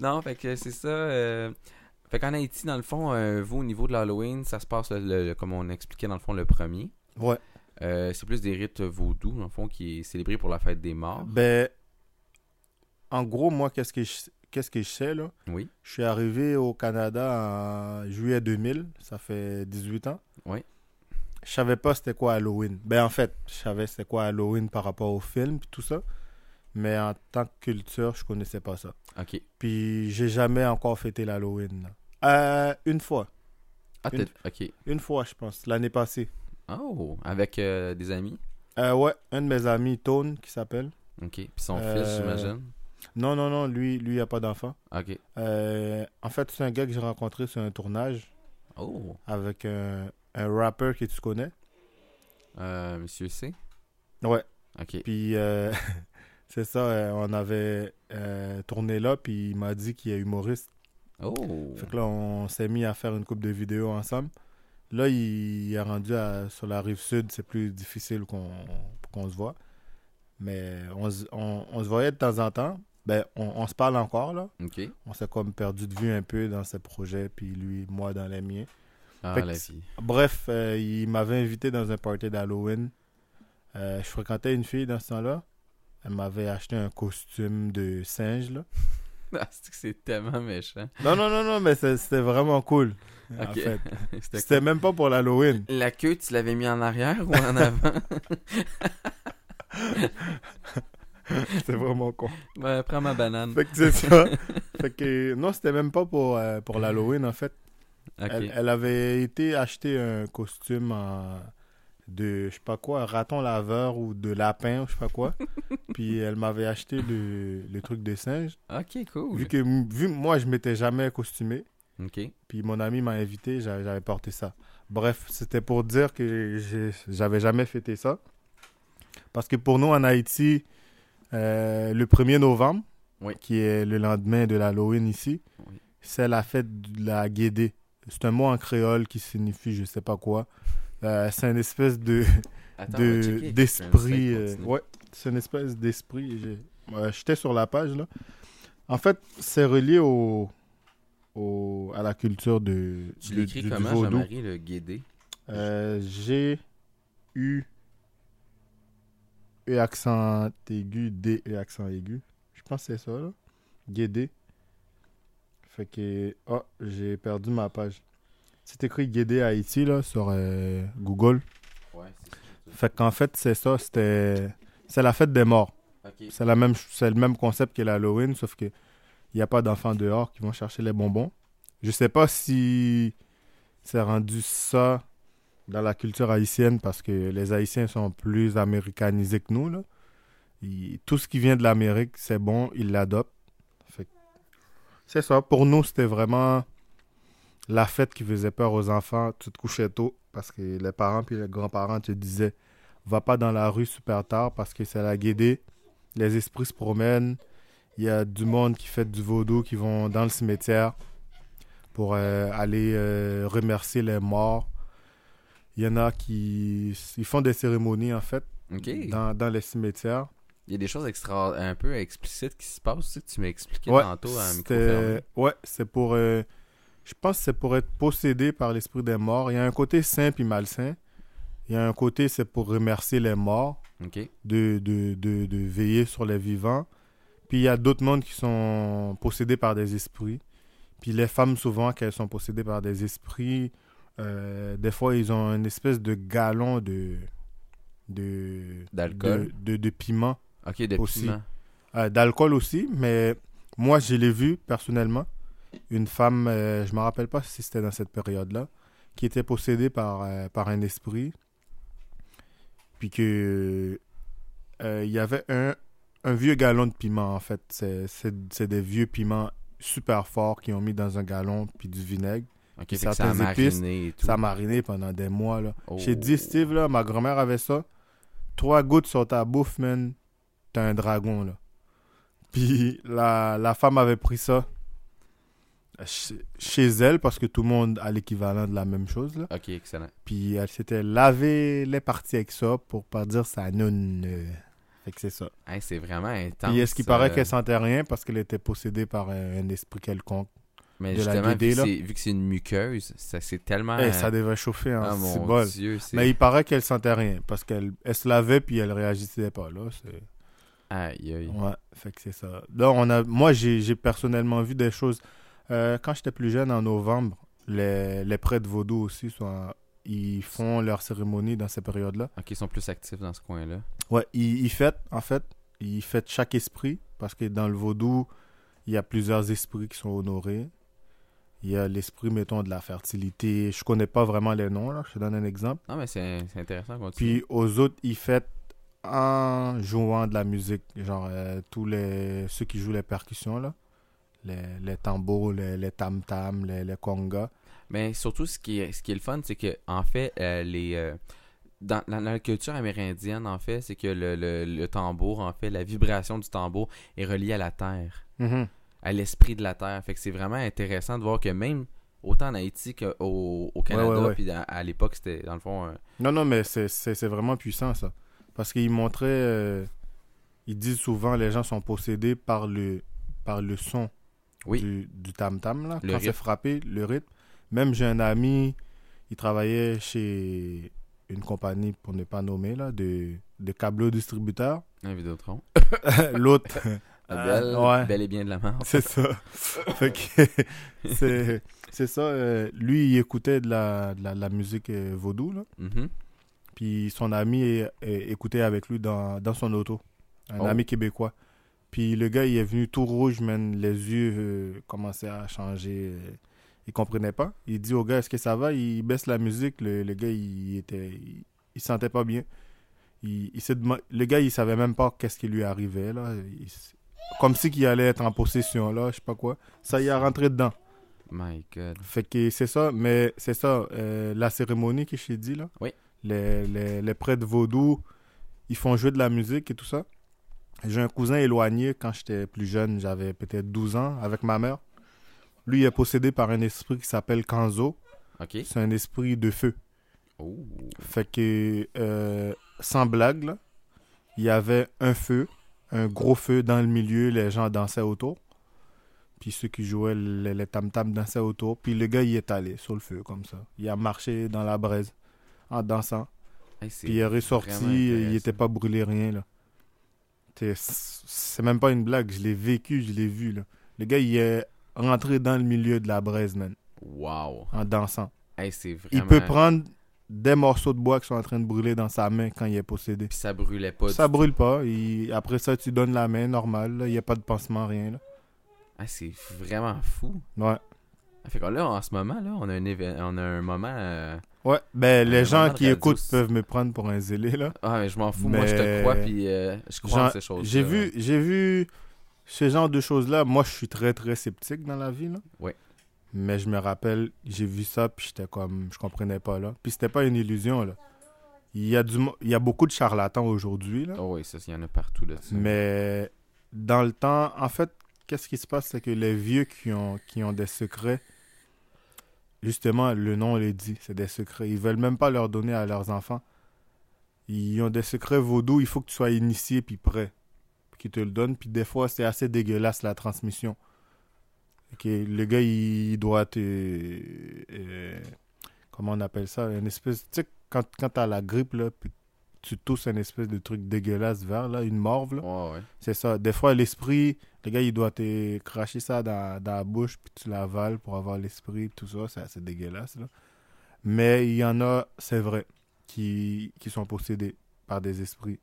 Speaker 2: non, fait que c'est ça. euh, Fait qu'en Haïti, dans le fond, euh, vous, au niveau de l'Halloween, ça se passe, le- le- le- comme on expliquait, dans le fond, le premier.
Speaker 4: Ouais.
Speaker 2: Euh, c'est plus des rites vaudous, dans le fond, qui est célébré pour la fête des morts.
Speaker 4: Ben, en gros, moi, qu'est-ce que je, qu'est-ce que je sais, là?
Speaker 2: Oui.
Speaker 4: Je suis arrivé au Canada en juillet 2000, ça fait 18 ans.
Speaker 2: Oui.
Speaker 4: Je savais pas c'était quoi Halloween. Ben en fait, je savais c'était quoi Halloween par rapport au film et tout ça. Mais en tant que culture, je connaissais pas ça.
Speaker 2: Ok.
Speaker 4: Puis j'ai jamais encore fêté l'Halloween. là. Euh, une fois.
Speaker 2: Ah,
Speaker 4: Une-
Speaker 2: t'as- Ok.
Speaker 4: Une fois, je pense, l'année passée.
Speaker 2: Oh, avec euh, des amis.
Speaker 4: Euh, ouais, un de mes amis, Tone, qui s'appelle.
Speaker 2: Ok. Puis son
Speaker 4: Euh,
Speaker 2: fils, j'imagine.
Speaker 4: Non, non, non, lui, lui, il a pas d'enfant.
Speaker 2: Ok.
Speaker 4: Euh, en fait, c'est un gars que j'ai rencontré sur un tournage
Speaker 2: Oh,
Speaker 4: avec un, un rapper que tu connais.
Speaker 2: euh, Monsieur C.
Speaker 4: Ouais.
Speaker 2: Ok.
Speaker 4: Puis euh, *laughs* c'est ça, euh, on avait euh, tourné là, puis il m'a dit qu'il est humoriste.
Speaker 2: Oh.
Speaker 4: Fait que là, on s'est mis à faire une coupe de vidéos ensemble. Là, il, il est rendu à- sur la rive sud, c'est plus difficile qu'on qu'on se voit. Mais on, se- on- on se voyait de temps en temps. Ben, on, on se parle encore, là.
Speaker 2: Ok.
Speaker 4: On s'est comme perdu de vue un peu dans ses projets, puis lui, moi, dans les miens.
Speaker 2: Ah,
Speaker 4: Fait que
Speaker 2: la
Speaker 4: c'est-
Speaker 2: vie. *laughs*
Speaker 4: Bref, euh, il m'avait invité dans un party d'Halloween. Euh, je fréquentais une fille dans ce temps-là. Elle m'avait acheté un costume de singe. Là.
Speaker 2: Ah, c'est que c'est tellement méchant.
Speaker 4: Non, non, non, non, mais c'est- c'était vraiment cool. En
Speaker 2: Ok.
Speaker 4: fait.
Speaker 2: C'était
Speaker 4: C'était même pas pour
Speaker 2: *laughs*
Speaker 4: l'Halloween.
Speaker 2: La queue, tu l'avais mis en arrière ou en avant? *laughs*
Speaker 4: C'était vraiment con.
Speaker 2: Ben, prends ma banane.
Speaker 4: Fait que c'est ça. Fait que, non, c'était même pas pour, euh, pour l'Halloween, en fait.
Speaker 2: Ok.
Speaker 4: Elle, elle avait été acheter un costume en- de, je sais pas quoi, raton laveur ou de lapin, ou je sais pas quoi. Puis elle m'avait acheté le- le truc de singe.
Speaker 2: Ok, cool.
Speaker 4: Vu que vu moi je m'étais jamais costumé,
Speaker 2: Ok.
Speaker 4: puis mon ami m'a invité, j'a- j'avais porté ça. Bref, c'était pour dire que j'ai- j'avais jamais fêté ça. Parce que pour nous en Haïti, euh, le 1er novembre,
Speaker 2: Oui.
Speaker 4: qui est le lendemain de l'Halloween ici,
Speaker 2: Oui.
Speaker 4: c'est la fête de la guédée. C'est un mot en créole qui signifie je sais pas quoi. Euh, c'est une espèce de
Speaker 2: Attends, on va checker
Speaker 4: de-
Speaker 2: avec
Speaker 4: d'esprit.
Speaker 2: Frank
Speaker 4: euh,
Speaker 2: Martineau.
Speaker 4: ouais, c'est une espèce d'esprit. J'ai- euh, J'étais sur la page, là. En fait, c'est relié au, au- à la culture de,
Speaker 2: Tu
Speaker 4: du,
Speaker 2: l'écris
Speaker 4: du- du
Speaker 2: comment,
Speaker 4: vaudou.
Speaker 2: Jean-Marie, le guédé?
Speaker 4: Euh, G, U, E accent aigu, D, E accent aigu. Je pense que c'est ça, là. Guédé. Fait que... Oh, j'ai perdu ma page. C'est écrit Guédé Haïti, là, sur euh, Google.
Speaker 2: Ouais, c'est ça.
Speaker 4: Fait qu'en fait, c'est ça, c'était. C'est la fête des morts.
Speaker 2: Ok.
Speaker 4: C'est la même, c'est le même concept que l'Halloween, sauf que il n'y a pas d'enfants dehors qui vont chercher les bonbons. Je sais pas si c'est rendu ça dans la culture haïtienne parce que les Haïtiens sont plus américanisés que nous. là. Ils- tout ce qui vient de l'Amérique, c'est bon, ils l'adoptent. Fait que C'est ça. Pour nous, c'était vraiment la fête qui faisait peur aux enfants. Tu te couchais tôt parce que les parents puis les grands-parents te disaient va pas dans la rue super tard parce que c'est la guédée. Les esprits se promènent. Il y a du monde qui fait du vaudou, qui vont dans le cimetière pour euh, aller euh, remercier les morts. Il y en a qui ils font des cérémonies, en fait,
Speaker 2: Ok.
Speaker 4: dans, dans les cimetières.
Speaker 2: Il y a des choses extra... un peu explicites qui se passent aussi que tu m'as expliqué
Speaker 4: Ouais,
Speaker 2: tantôt à micro fermé.
Speaker 4: c'était- Ouais, c'est pour. euh, je pense que c'est pour être possédé par l'esprit des morts. Il y a un côté sain puis malsain. Il y a un côté, c'est pour remercier les morts
Speaker 2: Ok.
Speaker 4: de, de, de, de veiller sur les vivants. Puis il y a d'autres mondes qui sont possédés par des esprits. Puis les femmes, souvent, qu'elles sont possédées par des esprits, euh, des fois, ils ont une espèce de galon de. de
Speaker 2: D'alcool.
Speaker 4: de- de- de piment.
Speaker 2: Ok, de
Speaker 4: Aussi.
Speaker 2: piment.
Speaker 4: Euh, d'alcool aussi, mais moi, je l'ai vu personnellement. Une femme, euh, je me rappelle pas si c'était dans cette période-là, qui était possédée par, euh, par un esprit. Puis que. euh, Il y avait un, un vieux galon de piment, en fait. C'est- C'est c'est des vieux piments super forts qui ont mis dans un galon, puis du vinaigre.
Speaker 2: Ok,
Speaker 4: Puis
Speaker 2: fait que ça a
Speaker 4: certaines épices,
Speaker 2: mariné et tout.
Speaker 4: Ça a mariné pendant des mois, là.
Speaker 2: Oh.
Speaker 4: J'ai dit, Steve, là, ma grand-mère avait ça. Trois gouttes sur ta bouffe, man. T'as un dragon, là. Puis la, la femme avait pris ça ch- chez elle parce que tout le monde a l'équivalent de la même chose, là.
Speaker 2: Ok, excellent.
Speaker 4: Puis elle s'était lavé les parties avec ça pour pas dire ça non. Fait que c'est ça.
Speaker 2: Hey, c'est vraiment intense.
Speaker 4: Puis est-ce qu'il
Speaker 2: euh,
Speaker 4: paraît qu'elle sentait rien parce qu'elle était possédée par un, un esprit quelconque?
Speaker 2: Mais
Speaker 4: de la
Speaker 2: justement, vu
Speaker 4: guédée,
Speaker 2: que
Speaker 4: là?
Speaker 2: c'est- vu que c'est une muqueuse, ça c'est tellement.
Speaker 4: Eh, ça devait chauffer, hein.
Speaker 2: ah
Speaker 4: c'est
Speaker 2: mon
Speaker 4: bol.
Speaker 2: dieu, c'est.
Speaker 4: Mais il paraît qu'elle sentait rien parce qu'elle elle se lavait puis elle réagissait pas, là. C'est...
Speaker 2: Aïe, aïe.
Speaker 4: Ouais, fait que c'est ça. Là, on a, moi, j'ai j'ai personnellement vu des choses. Euh, quand j'étais plus jeune, en novembre, les, les prêtres vaudous aussi, sont- ils font leur cérémonie dans ces périodes-là.
Speaker 2: Ok, ils sont plus actifs dans ce coin-là.
Speaker 4: Ouais, ils, ils fêtent, en fait, ils fêtent chaque esprit, parce que dans le vaudou, il y a plusieurs esprits qui sont honorés. Il y a l'esprit, mettons, de la fertilité. Je connais pas vraiment les noms, là. Je te donne un exemple.
Speaker 2: Non, mais c'est c'est intéressant. Continue.
Speaker 4: Puis aux autres, ils fêtent en jouant de la musique. Genre, euh, tous les, ceux qui jouent les percussions, là. Les, les tambours, les, les tam-tams, les, les congas.
Speaker 2: Mais surtout, ce qui est, ce qui est le fun, c'est que, en fait, euh, les. euh, dans, dans la culture amérindienne, en fait, c'est que le, le- le tambour, en fait, la vibration du tambour est reliée à la terre, à l'esprit de la terre. Fait que c'est vraiment intéressant de voir que même autant en Haïti qu'au au Canada,
Speaker 4: ouais, ouais.
Speaker 2: puis à, à l'époque, c'était dans le fond. un-
Speaker 4: Non, non, mais c'est- c'est c'est vraiment puissant, ça. Parce qu'ils montraient... euh, ils disent souvent les gens sont possédés par le, par le son
Speaker 2: Oui.
Speaker 4: du, du tam-tam, là.
Speaker 2: Le
Speaker 4: quand c'est
Speaker 2: rythme.
Speaker 4: frappé, le rythme. Même j'ai un ami, il travaillait chez une compagnie, pour ne pas nommer, là, de, de câbleaux distributeurs.
Speaker 2: Un Vidéotron.
Speaker 4: L'autre,
Speaker 2: La
Speaker 4: Ah,
Speaker 2: belle,
Speaker 4: ouais.
Speaker 2: bel et bien de la mort.
Speaker 4: c'est ça. Fait que c'est, c'est ça. euh, lui, il écoutait de la, de la, de la musique euh, vaudou, là.
Speaker 2: Mhm.
Speaker 4: Puis son ami euh, écoutait avec lui dans, dans son auto. Un
Speaker 2: Oh.
Speaker 4: ami québécois. Puis le gars, il est venu tout rouge, man. Les yeux euh, commençaient à changer. euh, il comprenait pas. Il dit au gars, est-ce que ça va? Il baisse la musique. Le, le gars, il était... Il, il sentait pas bien. Il, il s'est demand- Le gars, il savait même pas qu'est-ce qui lui arrivait, là. Il s- Comme si qu'il allait être en possession, là, je sais pas quoi. Ça, il a rentré dedans.
Speaker 2: My God.
Speaker 4: Fait que c'est ça, mais c'est ça, euh, la cérémonie que je t'ai dit là.
Speaker 2: Oui.
Speaker 4: Les, les, les prêtres vaudous, ils font jouer de la musique et tout ça. J'ai un cousin éloigné quand j'étais plus jeune, j'avais peut-être 12 ans, avec ma mère. Lui, il est possédé par un esprit qui s'appelle Kanzo.
Speaker 2: Ok.
Speaker 4: C'est un esprit de feu.
Speaker 2: Oh.
Speaker 4: Fait que, euh, sans blague, là, il y avait un feu, un gros feu dans le milieu, les gens dansaient autour. Puis ceux qui jouaient les, les tam-tams dansaient autour. Puis le gars, il est allé sur le feu, comme ça. Il a marché dans la braise en dansant.
Speaker 2: Hey, c'est-
Speaker 4: Puis euh, il est ressorti,
Speaker 2: vraiment
Speaker 4: il
Speaker 2: intéressant.
Speaker 4: n'était pas brûlé, rien, là. T'es- C'est même pas une blague, je l'ai vécu, je l'ai vu, là. Le gars, il est rentré dans le milieu de la braise, man,
Speaker 2: Wow.
Speaker 4: en dansant.
Speaker 2: Hey, c'est
Speaker 4: Il
Speaker 2: vraiment...
Speaker 4: peut prendre des morceaux de bois qui sont en train de brûler dans sa main quand il est possédé.
Speaker 2: Puis ça brûlait pas.
Speaker 4: Ça
Speaker 2: du-
Speaker 4: brûle pas. il- Après ça, tu donnes la main, normal. là. Il n'y a pas de pansement, rien. là.
Speaker 2: Ah, c'est vraiment fou.
Speaker 4: Ouais.
Speaker 2: Fait que là, en ce moment, là, on a un, éve- on a un moment. euh,
Speaker 4: Ouais, ben
Speaker 2: Euh,
Speaker 4: les gens
Speaker 2: maman
Speaker 4: qui
Speaker 2: radio,
Speaker 4: écoutent
Speaker 2: c'est-
Speaker 4: peuvent me prendre pour un zélé, là.
Speaker 2: Ah, mais je m'en fous, moi, je te
Speaker 4: Mais-
Speaker 2: crois, puis euh, je crois en
Speaker 4: Genre,
Speaker 2: ces choses
Speaker 4: J'ai vu, j'ai vu ce genre de choses-là. Moi, je suis très, très sceptique dans la vie, là.
Speaker 2: Ouais.
Speaker 4: Mais je me rappelle, j'ai vu ça, puis j'étais comme, je comprenais pas, là. Puis c'était pas une illusion, là. Il y a, du, mo- il y a beaucoup de charlatans aujourd'hui, là.
Speaker 2: Oh oui, ça, il y en a partout, là. ça.
Speaker 4: Mais dans le temps, en fait, qu'est-ce qui se passe, c'est que les vieux qui ont, qui ont des secrets, justement, le nom le dit, c'est des secrets. Ils veulent même pas leur donner à leurs enfants. Ils ont des secrets vaudous, il faut que tu sois initié puis prêt. Puis qu'ils te le donnent, puis des fois, c'est assez dégueulasse la transmission. Ok, le gars, il doit te. euh, comment on appelle ça Une espèce. Tu sais, quand, quand t'as la grippe, là, puis tu tousses un espèce de truc dégueulasse vert, là, une morve, là.
Speaker 2: Ouais, ouais.
Speaker 4: C'est ça. Des fois, l'esprit, le gars, il doit te cracher ça dans, dans la bouche, puis tu l'avales pour avoir l'esprit, puis tout ça. C'est assez dégueulasse, là. Mais il y en a, c'est vrai, qui, qui sont possédés par des esprits.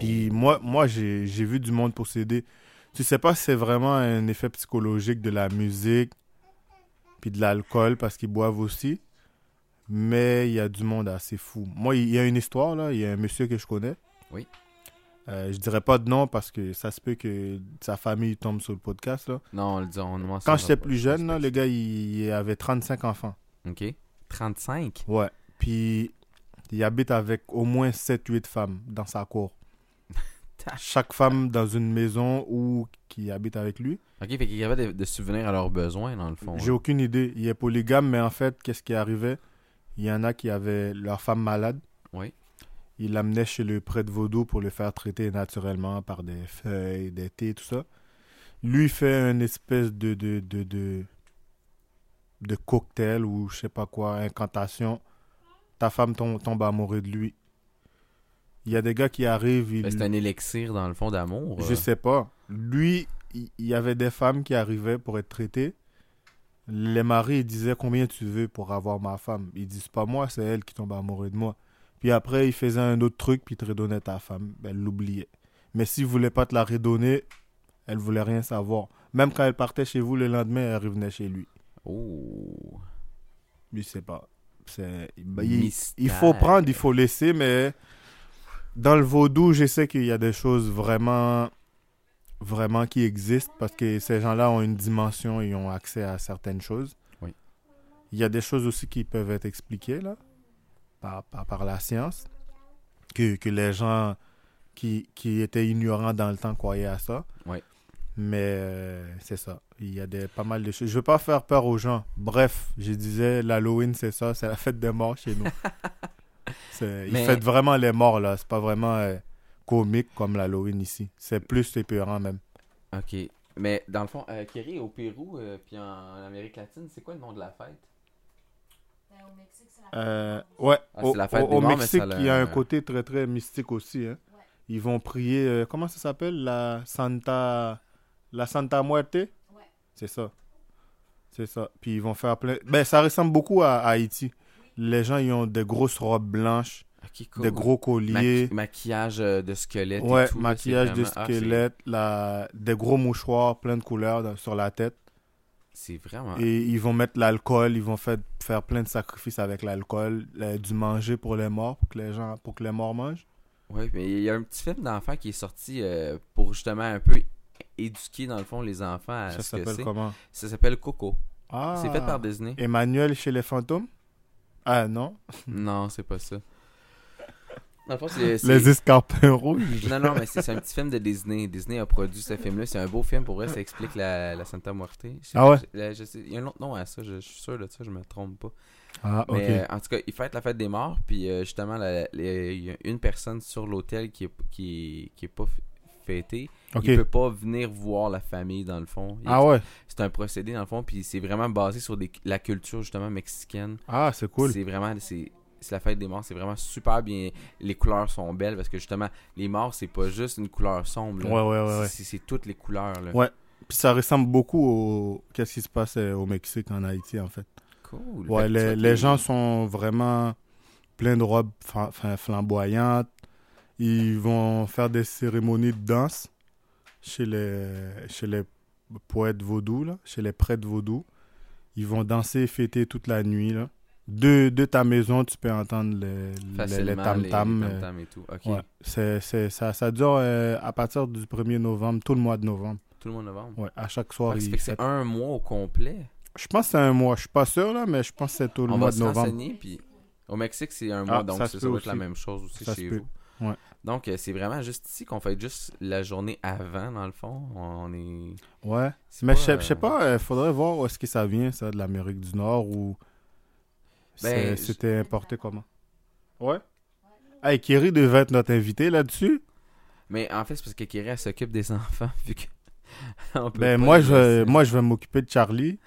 Speaker 4: Puis
Speaker 2: Oh.
Speaker 4: moi, moi j'ai j'ai vu du monde possédé. Tu sais pas si c'est vraiment un effet psychologique de la musique, puis de l'alcool, parce qu'ils boivent aussi. Mais il y a du monde assez fou. Moi, il y a une histoire, là. Il y a un monsieur que je connais. Euh, je dirais pas de nom parce que ça se peut que sa famille tombe sur le podcast. Là.
Speaker 2: Non, on le dit, on ne
Speaker 4: Quand j'étais plus jeune, là, le gars, il il avait 35 enfants.
Speaker 2: OK. 35?
Speaker 4: Ouais. Puis, il habite avec au moins 7-8 femmes dans sa cour. Chaque femme dans une maison ou qui habite avec lui.
Speaker 2: OK, fait qu'il y avait de, de subvenir à leurs besoins, dans le fond. hein.
Speaker 4: J'ai aucune idée. Il est polygame, mais en fait, qu'est-ce qui arrivait Il y en a qui avaient leur femme malade.
Speaker 2: Oui.
Speaker 4: Il l'amenait chez le prêtre vaudou pour le faire traiter naturellement par des feuilles, des thés, tout ça. Lui fait une espèce de de, de, de, de cocktail ou je sais pas quoi, incantation. Ta femme tom- tombe amoureuse de lui. Il y a des gars qui arrivent, ils,
Speaker 2: Ben, C'est un élixir, dans le fond, d'amour.
Speaker 4: je
Speaker 2: euh.
Speaker 4: sais pas. Lui, il il y avait des femmes qui arrivaient pour être traitées. Les maris ils disaient combien tu veux pour avoir ma femme. Ils disent pas moi, c'est elle qui tombe amoureuse de moi. Puis après, il faisait un autre truc, puis il te redonnait ta femme. Ben, Elle l'oubliait. Mais s'il voulait pas te la redonner, elle voulait rien savoir. Même quand elle partait chez vous le lendemain, elle revenait chez lui.
Speaker 2: Oh.
Speaker 4: Lui, c'est pas. C'est... ben, il- il
Speaker 2: Mystère.
Speaker 4: faut prendre, il faut laisser, mais dans le vaudou, je sais qu'il y a des choses vraiment, vraiment qui existent parce que ces gens-là ont une dimension et ont accès à certaines choses.
Speaker 2: Oui.
Speaker 4: Il y a des choses aussi qui peuvent être expliquées là, par, par, par la science, que, que les gens qui, qui étaient ignorants dans le temps croyaient à ça.
Speaker 2: Oui.
Speaker 4: Mais euh, c'est ça. Il y a des, pas mal de choses. Je veux pas faire peur aux gens. Bref, je disais, l'Halloween, c'est ça. C'est la fête des morts chez nous. C'est- Ils
Speaker 2: Mais-
Speaker 4: fêtent vraiment les morts, là. C'est pas vraiment euh, comique comme l'Halloween ici. C'est plus épeurant, même.
Speaker 2: OK. Mais dans le fond, euh, Kerry, au Pérou, euh, puis en, en Amérique latine, c'est quoi le nom de la fête?
Speaker 4: Euh, ouais,
Speaker 2: Ah, c'est
Speaker 4: au,
Speaker 2: la fête
Speaker 4: au-
Speaker 2: des
Speaker 4: au
Speaker 2: morts, mais
Speaker 4: Mexique,
Speaker 2: ça l'a-
Speaker 4: il y a un côté très, très mystique aussi. hein. Ils vont prier, euh, comment ça s'appelle La Santa... La Santa Muerte C'est ça. C'est ça. Puis ils vont faire plein... Ben, ça ressemble beaucoup à, à Haïti. Les gens, ils ont des grosses robes blanches,
Speaker 2: OK,
Speaker 4: des gros colliers.
Speaker 2: Maqui- maquillage euh, de squelette. et
Speaker 4: Ouais,
Speaker 2: tout, là,
Speaker 4: maquillage
Speaker 2: c'est
Speaker 4: de
Speaker 2: vraiment- ah, c'est-
Speaker 4: squelette, la... des gros mouchoirs plein de couleurs dans- sur la tête.
Speaker 2: c'est vraiment.
Speaker 4: Et ils vont mettre l'alcool, ils vont fait- faire plein de sacrifices avec l'alcool, le- du manger pour les morts, pour que les, gens, pour que les morts mangent.
Speaker 2: Ouais, mais il y a un petit film d'enfant qui est sorti euh, pour justement un peu éduquer, dans le fond, les enfants à
Speaker 4: ça
Speaker 2: ce que
Speaker 4: s'appelle
Speaker 2: c'est.
Speaker 4: comment
Speaker 2: Ça s'appelle Coco.
Speaker 4: ah,
Speaker 2: C'est fait par Disney.
Speaker 4: Emmanuel chez les fantômes Ah non
Speaker 2: Non, c'est pas ça. Dans le fond, c'est. c'est-
Speaker 4: Les escarpins rouges
Speaker 2: Non, non, mais c'est c'est un petit film de Disney. Disney a produit ce film-là. C'est un beau film pour vrai. Ça explique la, la Santa Muerte. Je sais
Speaker 4: Ah
Speaker 2: pas,
Speaker 4: ouais?
Speaker 2: je- la- je sais- il y a un autre nom à ça. Je, je suis sûr de ça. Je me trompe pas.
Speaker 4: Ah ok.
Speaker 2: Mais euh, en tout cas, ils fêtent la fête des morts. Puis euh, justement, la- les- il y a une personne sur l'hôtel qui est, qui, qui est pas f- fêtée.
Speaker 4: ok.
Speaker 2: Il peut pas venir voir la famille dans le fond. Il-
Speaker 4: Ah ouais
Speaker 2: C'est un procédé dans le fond. Puis c'est vraiment basé sur des- la culture justement mexicaine.
Speaker 4: Ah c'est cool.
Speaker 2: C'est vraiment. C'est c'est la fête des morts, c'est vraiment super bien. Les couleurs sont belles parce que justement, les morts, c'est pas juste une couleur sombre.
Speaker 4: Ouais
Speaker 2: là.
Speaker 4: ouais ouais.
Speaker 2: C'est-
Speaker 4: ouais.
Speaker 2: C'est c'est toutes les couleurs. Là.
Speaker 4: Ouais. Puis ça ressemble beaucoup au... Qu'est-ce qui se passe euh, au Mexique, en Haïti en fait.
Speaker 2: Cool.
Speaker 4: Ouais,
Speaker 2: Fait que ça,
Speaker 4: les, les
Speaker 2: t'es-
Speaker 4: gens sont vraiment pleins de robes fa- fa- flamboyantes. Ils vont faire des cérémonies de danse chez les, chez les poètes vaudous, là, chez les prêtres vaudous. Ils vont danser, fêter toute la nuit. Là. De, de ta maison, tu peux entendre le- le- les
Speaker 2: Facilement,
Speaker 4: tam-tams.
Speaker 2: les
Speaker 4: euh,
Speaker 2: tam-tams et tout. Ok.
Speaker 4: ouais. C'est- c'est- ça, ça dure euh, à partir du 1er novembre, tout le mois de novembre.
Speaker 2: Tout le monde novembre.
Speaker 4: Ouais, à chaque
Speaker 2: Fait
Speaker 4: soir,
Speaker 2: que ça
Speaker 4: ils
Speaker 2: fait que
Speaker 4: fêtent.
Speaker 2: Ah, c'est un mois au complet.
Speaker 4: Je pense que c'est un mois. Je suis pas sûr, là, mais je pense que c'est tout le
Speaker 2: On
Speaker 4: mois
Speaker 2: va
Speaker 4: de
Speaker 2: se
Speaker 4: novembre. Ah,
Speaker 2: renseigner, puis au Mexique, c'est un mois, donc
Speaker 4: ça
Speaker 2: ça,
Speaker 4: se
Speaker 2: ça
Speaker 4: peut
Speaker 2: doit être la
Speaker 4: aussi.
Speaker 2: même chose aussi
Speaker 4: Ça
Speaker 2: chez
Speaker 4: se peut.
Speaker 2: vous.
Speaker 4: Ouais.
Speaker 2: Donc, euh, c'est vraiment juste ici qu'on fait juste la journée avant, dans le fond. On est...
Speaker 4: Ouais.
Speaker 2: c'est
Speaker 4: Mais je sais-
Speaker 2: euh,
Speaker 4: je sais pas, il faudrait voir où est-ce que ça vient, ça, de l'Amérique du Nord ou. c'est-
Speaker 2: Ben, je-
Speaker 4: C'était importé comment Ouais. Hey, Kerry devait être notre invité là-dessus.
Speaker 2: Mais en fait, c'est parce que Kira elle s'occupe des *laughs* enfants, vu que... on peut
Speaker 4: Ben,
Speaker 2: pas
Speaker 4: moi
Speaker 2: les
Speaker 4: je,
Speaker 2: laisser.
Speaker 4: moi, je vais m'occuper de Charlie.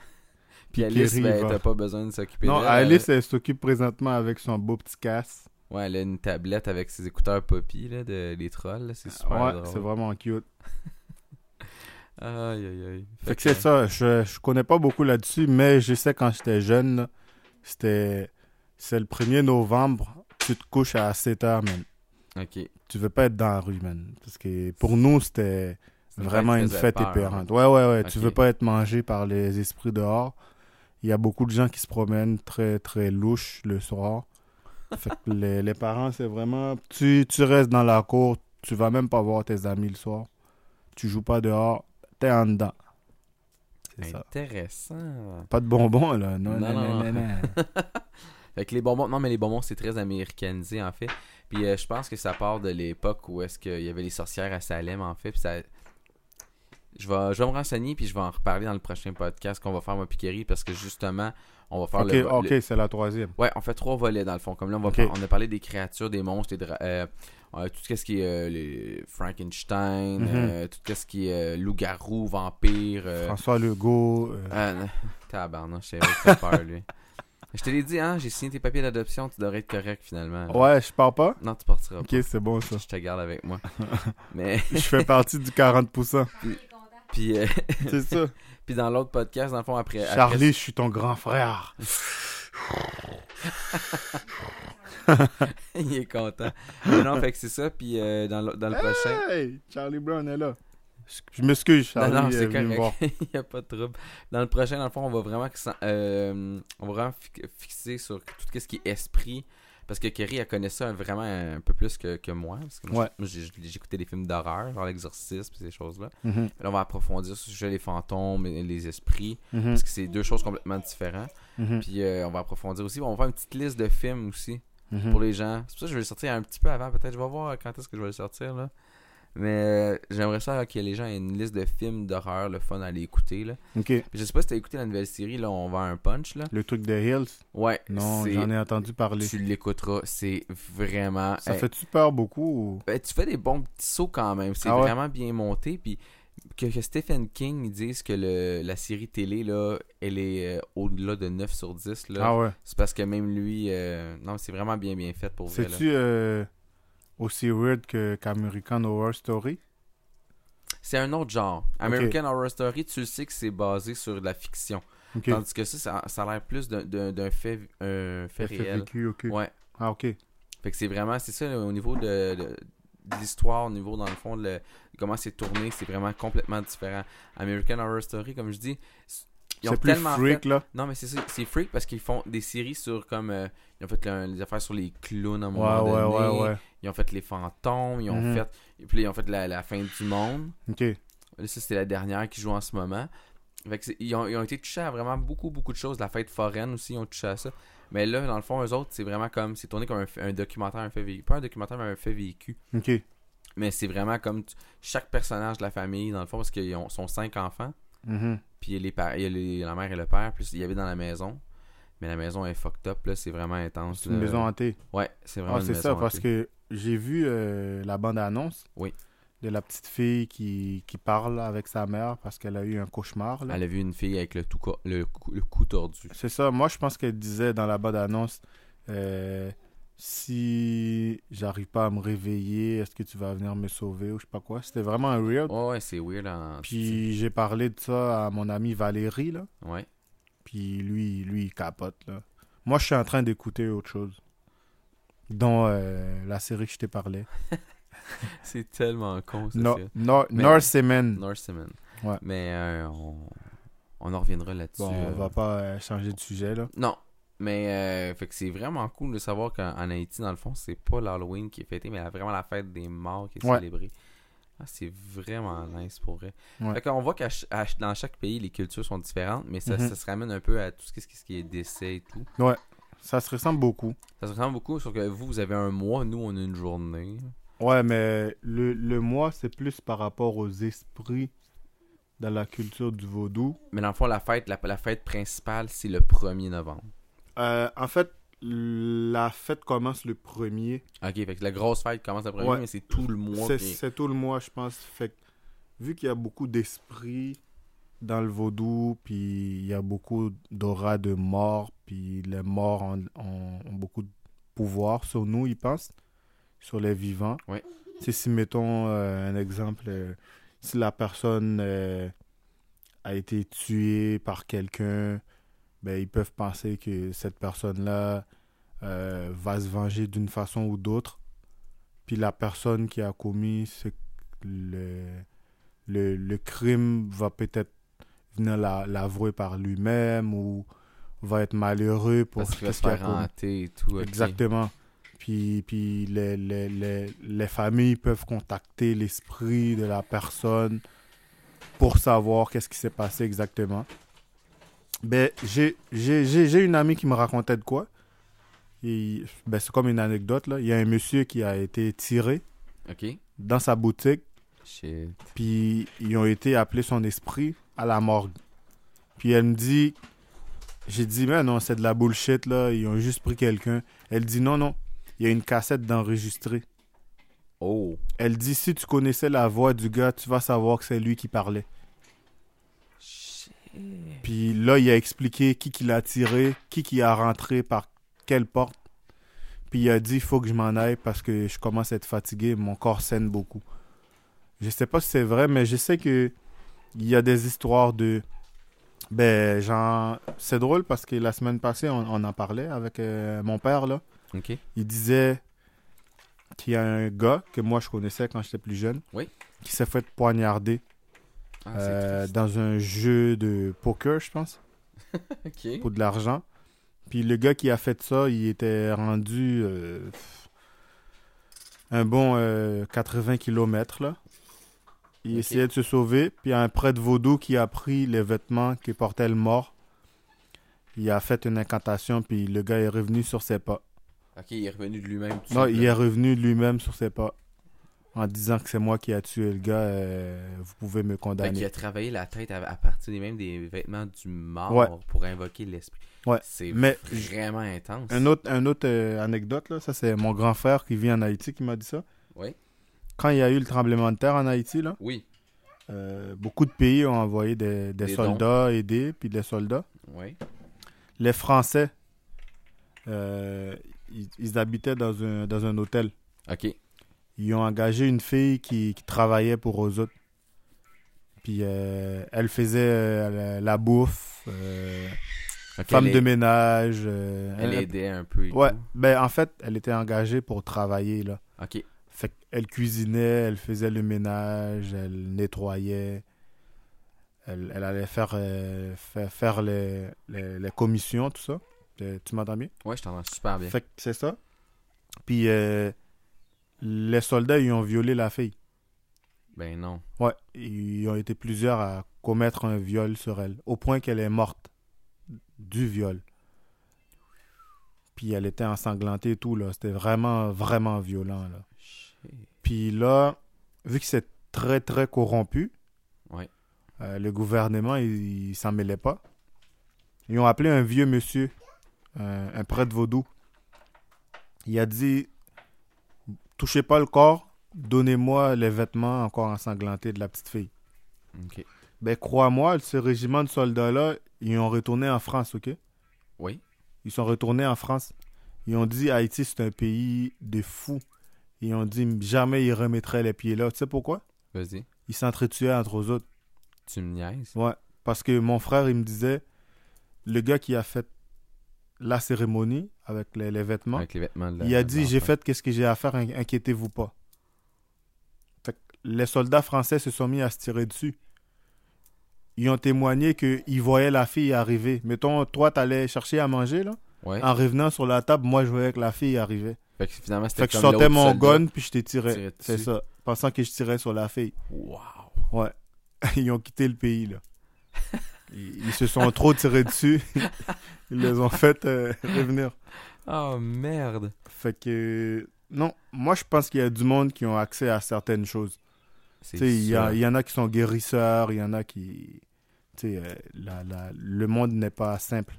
Speaker 2: Puis Alice,
Speaker 4: Kerry,
Speaker 2: ben,
Speaker 4: va-
Speaker 2: t'as pas besoin de s'occuper
Speaker 4: Non,
Speaker 2: d'elle.
Speaker 4: Alice, elle s'occupe présentement avec son beau petit casse.
Speaker 2: Ouais, elle a une tablette avec ses écouteurs Poppy, là, de, les trolls, là, c'est super
Speaker 4: Ouais,
Speaker 2: drôle.
Speaker 4: c'est vraiment cute.
Speaker 2: Aïe, aïe, aïe.
Speaker 4: Fait que c'est ça, je, je connais pas beaucoup là-dessus, mais je sais quand j'étais jeune, là, c'était. C'est le 1er novembre, tu te couches à 7 h, man.
Speaker 2: Ok.
Speaker 4: Tu veux pas être dans la rue, man. Parce que pour nous, c'était vraiment
Speaker 2: fête
Speaker 4: une
Speaker 2: qui faisait
Speaker 4: fête
Speaker 2: peur, hein.
Speaker 4: épeurante. Ouais, ouais, ouais. Tu
Speaker 2: Ok.
Speaker 4: veux pas être mangé par les esprits dehors. Il y a beaucoup de gens qui se promènent très, très louches le soir. Fait que les, les parents, c'est vraiment. Tu, tu restes dans la cour, tu vas même pas voir tes amis le soir. Tu joues pas dehors, t'es en dedans. C'est ça.
Speaker 2: Intéressant.
Speaker 4: Pas de bonbons, là. Non,
Speaker 2: Non,
Speaker 4: non, non,
Speaker 2: non,
Speaker 4: non, *laughs* non.
Speaker 2: Fait que les bonbons, non, mais les bonbons, c'est très américanisé, en fait. Puis euh, je pense que ça part de l'époque où est-ce qu'il y avait les sorcières à Salem, en fait. Puis ça. Je vais, je vais me renseigner, puis je vais en reparler dans le prochain podcast qu'on va faire, moi, Piquerie, parce que justement, on va faire
Speaker 4: Ok,
Speaker 2: le- le,
Speaker 4: ok, c'est la troisième.
Speaker 2: Ouais, on fait trois volets dans le fond. Comme là, on, va
Speaker 4: Ok.
Speaker 2: par- on a parlé des créatures, des monstres, des dra- euh, euh, tout ce qui est euh, les Frankenstein,
Speaker 4: Mhm.
Speaker 2: euh, tout ce qui est euh, loup-garou, vampire. euh,
Speaker 4: François Legault. euh,
Speaker 2: euh, *laughs* non. tabarnak, je sais pas, peur,
Speaker 4: *laughs*
Speaker 2: lui. Je te l'ai dit, hein, j'ai signé tes papiers d'adoption, tu devrais être correct finalement.
Speaker 4: Ouais, je pars pas.
Speaker 2: Non, tu partiras
Speaker 4: Ok, c'est bon ça.
Speaker 2: pas. Je te garde avec
Speaker 4: *laughs*
Speaker 2: moi. Mais, *laughs*
Speaker 4: Je fais partie du 40%.
Speaker 2: puis, euh, *laughs*
Speaker 4: C'est ça.
Speaker 2: puis dans l'autre podcast, dans le fond, après. après-
Speaker 4: Charlie, je suis ton grand frère.
Speaker 2: *laughs* il est content. Mais non, fait que c'est ça, puis euh, dans, le- dans le prochain.
Speaker 4: Hey, Charlie Brown est là. Je m'excuse, Charlie.
Speaker 2: non, non,
Speaker 4: euh,
Speaker 2: c'est
Speaker 4: venu me voir.
Speaker 2: correct. *laughs* Il n'y a pas de trouble. Dans le prochain, dans le fond, on va vraiment, que ça- euh, on va vraiment fi- fixer sur tout ce qui est esprit. Parce que Kerry, elle connaît ça vraiment un peu plus que, que moi. Parce que moi,
Speaker 4: Ouais.
Speaker 2: j'ai- moi, j'ai- j'écoutais des films d'horreur, genre l'exorcisme et ces choses-là.
Speaker 4: Mhm,
Speaker 2: Là, on va approfondir sur le sujet des fantômes et les esprits.
Speaker 4: mhm,
Speaker 2: Parce que c'est deux choses complètement différentes.
Speaker 4: mhm,
Speaker 2: Puis euh, on va approfondir aussi. On va faire une petite liste de films aussi
Speaker 4: mhm.
Speaker 2: pour les gens. C'est pour ça que je vais le sortir un petit peu avant, peut-être. Je vais voir quand est-ce que je vais le sortir, là. Mais euh, j'aimerais ça que les gens aient une liste de films d'horreur, le fun à aller écouter, là.
Speaker 4: Ok,
Speaker 2: Puis je sais pas si t'as écouté la nouvelle série, là, On va à un punch, là.
Speaker 4: le truc de Hills.
Speaker 2: Ouais.
Speaker 4: Non,
Speaker 2: c'est-
Speaker 4: j'en ai entendu parler.
Speaker 2: Tu l'écouteras, c'est vraiment...
Speaker 4: Ça
Speaker 2: Hey,
Speaker 4: fait super beaucoup. ou-
Speaker 2: ben, tu fais des bons petits sauts quand même. C'est
Speaker 4: Ah ouais?
Speaker 2: vraiment bien monté, puis... Que, que Stephen King il dise que le, la série télé, là, elle est euh, au-delà de 9 sur 10, là.
Speaker 4: Ah ouais.
Speaker 2: C'est parce que même lui... euh, Non, c'est vraiment bien, bien fait pour vrai, là.
Speaker 4: C'est-tu euh, aussi weird que- qu'American Horror Story?
Speaker 2: C'est un autre genre. American Horror Story, tu le sais que c'est basé sur de la fiction.
Speaker 4: Ok.
Speaker 2: Tandis que ça, ça, ça a l'air plus d'un- d'un d'un fait, un fait réel.
Speaker 4: FFVQ, ok.
Speaker 2: Ouais.
Speaker 4: Ah, ok.
Speaker 2: Fait que c'est vraiment, c'est ça, au niveau de, de- de l'histoire, au niveau, dans le fond, de le- comment c'est tourné, c'est vraiment complètement différent. American Horror Story, comme je dis, s- ils ont
Speaker 4: C'est plus
Speaker 2: tellement
Speaker 4: freak,
Speaker 2: fait-
Speaker 4: là.
Speaker 2: Non, mais c'est ça, c'est freak parce qu'ils font des séries sur comme. euh, ils ont fait le- les affaires sur les clowns à un
Speaker 4: Ouais,
Speaker 2: moment
Speaker 4: ouais,
Speaker 2: donné.
Speaker 4: ouais, ouais.
Speaker 2: Ils ont fait les fantômes, ils ont
Speaker 4: Mhm.
Speaker 2: fait. Et puis là, ils ont fait la- la fin du monde.
Speaker 4: Ok.
Speaker 2: Là, ça, c'était la dernière qui joue en ce moment. Fait que c'est- ils, ont, ils ont été touchés à vraiment beaucoup, beaucoup de choses. La fête foraine aussi, ils ont touché à ça. Mais là, dans le fond, eux autres, c'est vraiment comme. C'est tourné comme un, f- un documentaire, un fait vécu. Pas un documentaire, mais un fait vécu.
Speaker 4: Ok.
Speaker 2: Mais c'est vraiment comme tu- chaque personnage de la famille, dans le fond, parce qu'ils ont- sont cinq enfants.
Speaker 4: Mhm.
Speaker 2: Puis les, par- il y a les- la mère et le père, plus ils habitent dans la maison. Mais la maison est fucked up, là, c'est vraiment intense.
Speaker 4: C'est une
Speaker 2: là.
Speaker 4: maison hantée.
Speaker 2: Ouais, c'est vraiment
Speaker 4: Ah,
Speaker 2: une
Speaker 4: c'est
Speaker 2: maison
Speaker 4: ça, parce
Speaker 2: hantée.
Speaker 4: que j'ai vu euh, la bande-annonce
Speaker 2: Oui.
Speaker 4: de la petite fille qui, qui parle avec sa mère parce qu'elle a eu un cauchemar. là.
Speaker 2: Elle a vu une fille avec le, tout co- le, cou- le cou tordu.
Speaker 4: C'est ça, moi je pense qu'elle disait dans la bande-annonce euh, si j'arrive pas à me réveiller, est-ce que tu vas venir me sauver ou je sais pas quoi. C'était vraiment un weird.
Speaker 2: Ouais, ouais, c'est weird. en-
Speaker 4: Puis j'ai parlé de ça à mon ami Valérie, là.
Speaker 2: Ouais.
Speaker 4: Puis lui, lui il capote, là. Moi je suis en train d'écouter autre chose. Dont euh, la série que je t'ai parlé.
Speaker 2: C'est tellement con, ça.
Speaker 4: No,
Speaker 2: c'est-
Speaker 4: no,
Speaker 2: Mais-
Speaker 4: Norsemen.
Speaker 2: Norseman.
Speaker 4: Ouais.
Speaker 2: Mais euh, on... On en reviendra là-dessus.
Speaker 4: Bon,
Speaker 2: euh,
Speaker 4: on va pas euh, changer de sujet, là.
Speaker 2: Non. Mais euh, fait que c'est vraiment cool de savoir qu'en en Haïti, dans le fond, c'est pas l'Halloween qui est fêté, mais la- vraiment la fête des morts qui est
Speaker 4: Ouais.
Speaker 2: célébrée. Ah, c'est vraiment nice pour vrai.
Speaker 4: Ouais.
Speaker 2: Fait qu'on voit que dans chaque pays, les cultures sont différentes, mais ça,
Speaker 4: Mhm.
Speaker 2: ça se ramène un peu à tout ce qui, ce qui est décès et tout.
Speaker 4: Ça se ressemble beaucoup.
Speaker 2: Ça se ressemble beaucoup, sauf que vous, vous avez un mois, nous, on a une journée.
Speaker 4: Ouais, mais le, le moi, c'est plus par rapport aux esprits dans la culture du vaudou.
Speaker 2: Mais dans le fond, la fête, la, la fête principale, c'est le 1er novembre.
Speaker 4: Euh, en fait, la fête commence le premier.
Speaker 2: Ok, fait que la grosse fête commence le 1er,
Speaker 4: Ouais.
Speaker 2: mais c'est tout le mois.
Speaker 4: C'est
Speaker 2: qui est-
Speaker 4: c'est tout le mois, je pense. Fait que, vu qu'il y a beaucoup d'esprits dans le vaudou, puis il y a beaucoup d'aura de mort, puis les morts ont, ont- ont beaucoup de pouvoir sur nous, ils pensent, sur les vivants.
Speaker 2: Ouais.
Speaker 4: Tu sais, si, mettons euh, un exemple, euh, si la personne euh, a été tuée par quelqu'un, ben, ils peuvent penser que cette personne-là euh, va se venger d'une façon ou d'autre puis la personne qui a commis ce- le, le, le crime va peut-être venir la- l'avouer par lui-même ou va être malheureux pour
Speaker 2: Parce qu'il va
Speaker 4: qu'est-ce
Speaker 2: se
Speaker 4: qu'il a
Speaker 2: faire
Speaker 4: commis.
Speaker 2: hanter et tout. ok.
Speaker 4: Exactement. Puis, puis les, les, les, les familles peuvent contacter l'esprit de la personne pour savoir qu'est-ce qui s'est passé exactement. Ben, j'ai j'ai- j'ai- j'ai une amie qui me racontait de quoi. Et, ben, C'est comme une anecdote. Là. Il y a un monsieur qui a été tiré
Speaker 2: Ok.
Speaker 4: dans sa boutique,
Speaker 2: Shit.
Speaker 4: puis ils ont été appelés son esprit à la morgue. Puis elle me dit, j'ai dit, mais non, c'est de la bullshit, là, ils ont juste pris quelqu'un. Elle dit, non, non, il y a une cassette d'enregistré.
Speaker 2: Oh.
Speaker 4: Elle dit, si tu connaissais la voix du gars, tu vas savoir que c'est lui qui parlait.
Speaker 2: Shit.
Speaker 4: Puis là, il a expliqué qui qui l'a tiré, qui qui a rentré par quelle porte. Puis il a dit, il faut que je m'en aille parce que je commence à être fatigué, mon corps saigne beaucoup. Je sais pas si c'est vrai, mais je sais que il y a des histoires de... Ben, genre, c'est drôle parce que la semaine passée, on, on en parlait avec euh, mon père, là.
Speaker 2: Ok.
Speaker 4: Il disait qu'il y a un gars que moi, je connaissais quand j'étais plus jeune.
Speaker 2: Oui.
Speaker 4: Qui s'est fait poignarder
Speaker 2: Ah,
Speaker 4: euh,
Speaker 2: c'est
Speaker 4: dans un jeu de poker, je pense
Speaker 2: triste. Ok.
Speaker 4: pour de l'argent. Puis le gars qui a fait ça, il était rendu euh, un bon euh, 80 km. Là. Il
Speaker 2: Ok.
Speaker 4: essayait de se sauver. Puis il y a un prêtre vaudou qui a pris les vêtements que portait le mort. Il a fait une incantation, puis le gars est revenu sur ses pas.
Speaker 2: Ok, il est revenu de lui-même. tout
Speaker 4: Non,
Speaker 2: seul,
Speaker 4: il est
Speaker 2: là.
Speaker 4: revenu lui-même sur ses pas en disant que c'est moi qui a tué le gars, euh, vous pouvez me
Speaker 2: Fait qu'il
Speaker 4: condamner.
Speaker 2: a travaillé la tête à, à partir des- même des vêtements du mort
Speaker 4: Ouais.
Speaker 2: pour invoquer l'esprit.
Speaker 4: Ouais.
Speaker 2: C'est
Speaker 4: Mais-
Speaker 2: vraiment intense.
Speaker 4: Un autre, un autre euh, anecdote, là, ça c'est mon grand frère qui vit en Haïti qui m'a dit ça.
Speaker 2: Oui.
Speaker 4: quand il y a eu le tremblement de terre en Haïti, là,
Speaker 2: Oui.
Speaker 4: euh, beaucoup de pays ont envoyé des, des
Speaker 2: Des
Speaker 4: soldats aider, puis des soldats.
Speaker 2: Oui.
Speaker 4: Les Français, euh, ils, ils habitaient dans un, dans un hôtel.
Speaker 2: Ok.
Speaker 4: Ils ont engagé une fille qui, qui travaillait pour eux autres. Puis euh, elle faisait euh, la, la bouffe, euh,
Speaker 2: Ok,
Speaker 4: femme
Speaker 2: elle
Speaker 4: de
Speaker 2: est-
Speaker 4: ménage. euh,
Speaker 2: Elle
Speaker 4: elle-
Speaker 2: aidait un peu. et
Speaker 4: ouais,
Speaker 2: tout.
Speaker 4: ben en fait, elle était engagée pour travailler, là.
Speaker 2: Ok.
Speaker 4: Fait qu'elle cuisinait, elle faisait le ménage, elle nettoyait. Elle, elle allait faire, euh, faire, faire les, les, les commissions, tout ça. Euh, tu m'entends bien?
Speaker 2: Ouais, je t'entends super bien.
Speaker 4: Fait que c'est ça. Puis euh, les soldats, ils ont violé la fille.
Speaker 2: Ben non.
Speaker 4: Ouais, ils ont été plusieurs à commettre un viol sur elle, au point qu'elle est morte du viol. Puis elle était ensanglantée et tout, là. C'était vraiment, vraiment violent, là.
Speaker 2: Shit.
Speaker 4: Puis là, vu que c'est très, très corrompu,
Speaker 2: Ouais.
Speaker 4: euh, le gouvernement, il, il s'en mêlait pas. Ils ont appelé un vieux monsieur, un- un prêtre vaudou. Il a dit Touchez pas le corps, donnez-moi les vêtements encore ensanglantés de la petite fille.
Speaker 2: Ok.
Speaker 4: Ben, crois-moi, ce régiment de soldats-là, ils ont retourné en France, ok
Speaker 2: Oui.
Speaker 4: ils sont retournés en France. Ils ont dit Haïti, c'est un pays de fous. Ils ont dit jamais ils remettraient les pieds là. Tu sais pourquoi
Speaker 2: Vas-y.
Speaker 4: Ils s'entretuaient entre eux autres.
Speaker 2: Tu me niaises.
Speaker 4: Ouais. Parce que mon frère, il me disait le gars qui a fait la cérémonie avec les, les vêtements,
Speaker 2: Avec les vêtements de la-
Speaker 4: il a
Speaker 2: de
Speaker 4: dit J'ai
Speaker 2: l'enfant.
Speaker 4: fait qu'est-ce que j'ai à faire, in- inquiétez-vous pas. Fait que les soldats français se sont mis à se tirer dessus. ils ont témoigné qu'ils voyaient la fille arriver. Mettons, toi, t'allais chercher à manger, là.
Speaker 2: Ouais.
Speaker 4: En revenant sur la table, moi, je voyais que la fille arrivait.
Speaker 2: Fait que finalement, c'était
Speaker 4: Fait que je
Speaker 2: comme
Speaker 4: sortais
Speaker 2: l'autre
Speaker 4: mon
Speaker 2: soldat.
Speaker 4: gun, puis je t'ai
Speaker 2: Tirais
Speaker 4: tiré. C'est
Speaker 2: dessus.
Speaker 4: ça. Pensant que je tirais sur la fille. *laughs*
Speaker 2: Wow.
Speaker 4: Ouais. Ils ont quitté le
Speaker 2: *laughs*
Speaker 4: pays, là. Ils, ils se sont trop tirés dessus. Ils les ont fait euh, revenir.
Speaker 2: Oh merde.
Speaker 4: Fait que... Non, moi, je pense qu'il y a du monde qui ont accès à certaines choses.
Speaker 2: C'est
Speaker 4: Tu sais, il y, a-
Speaker 2: sûr.
Speaker 4: il y en a qui sont guérisseurs, il y en a qui... Tu sais, euh, la- la- le monde n'est pas simple.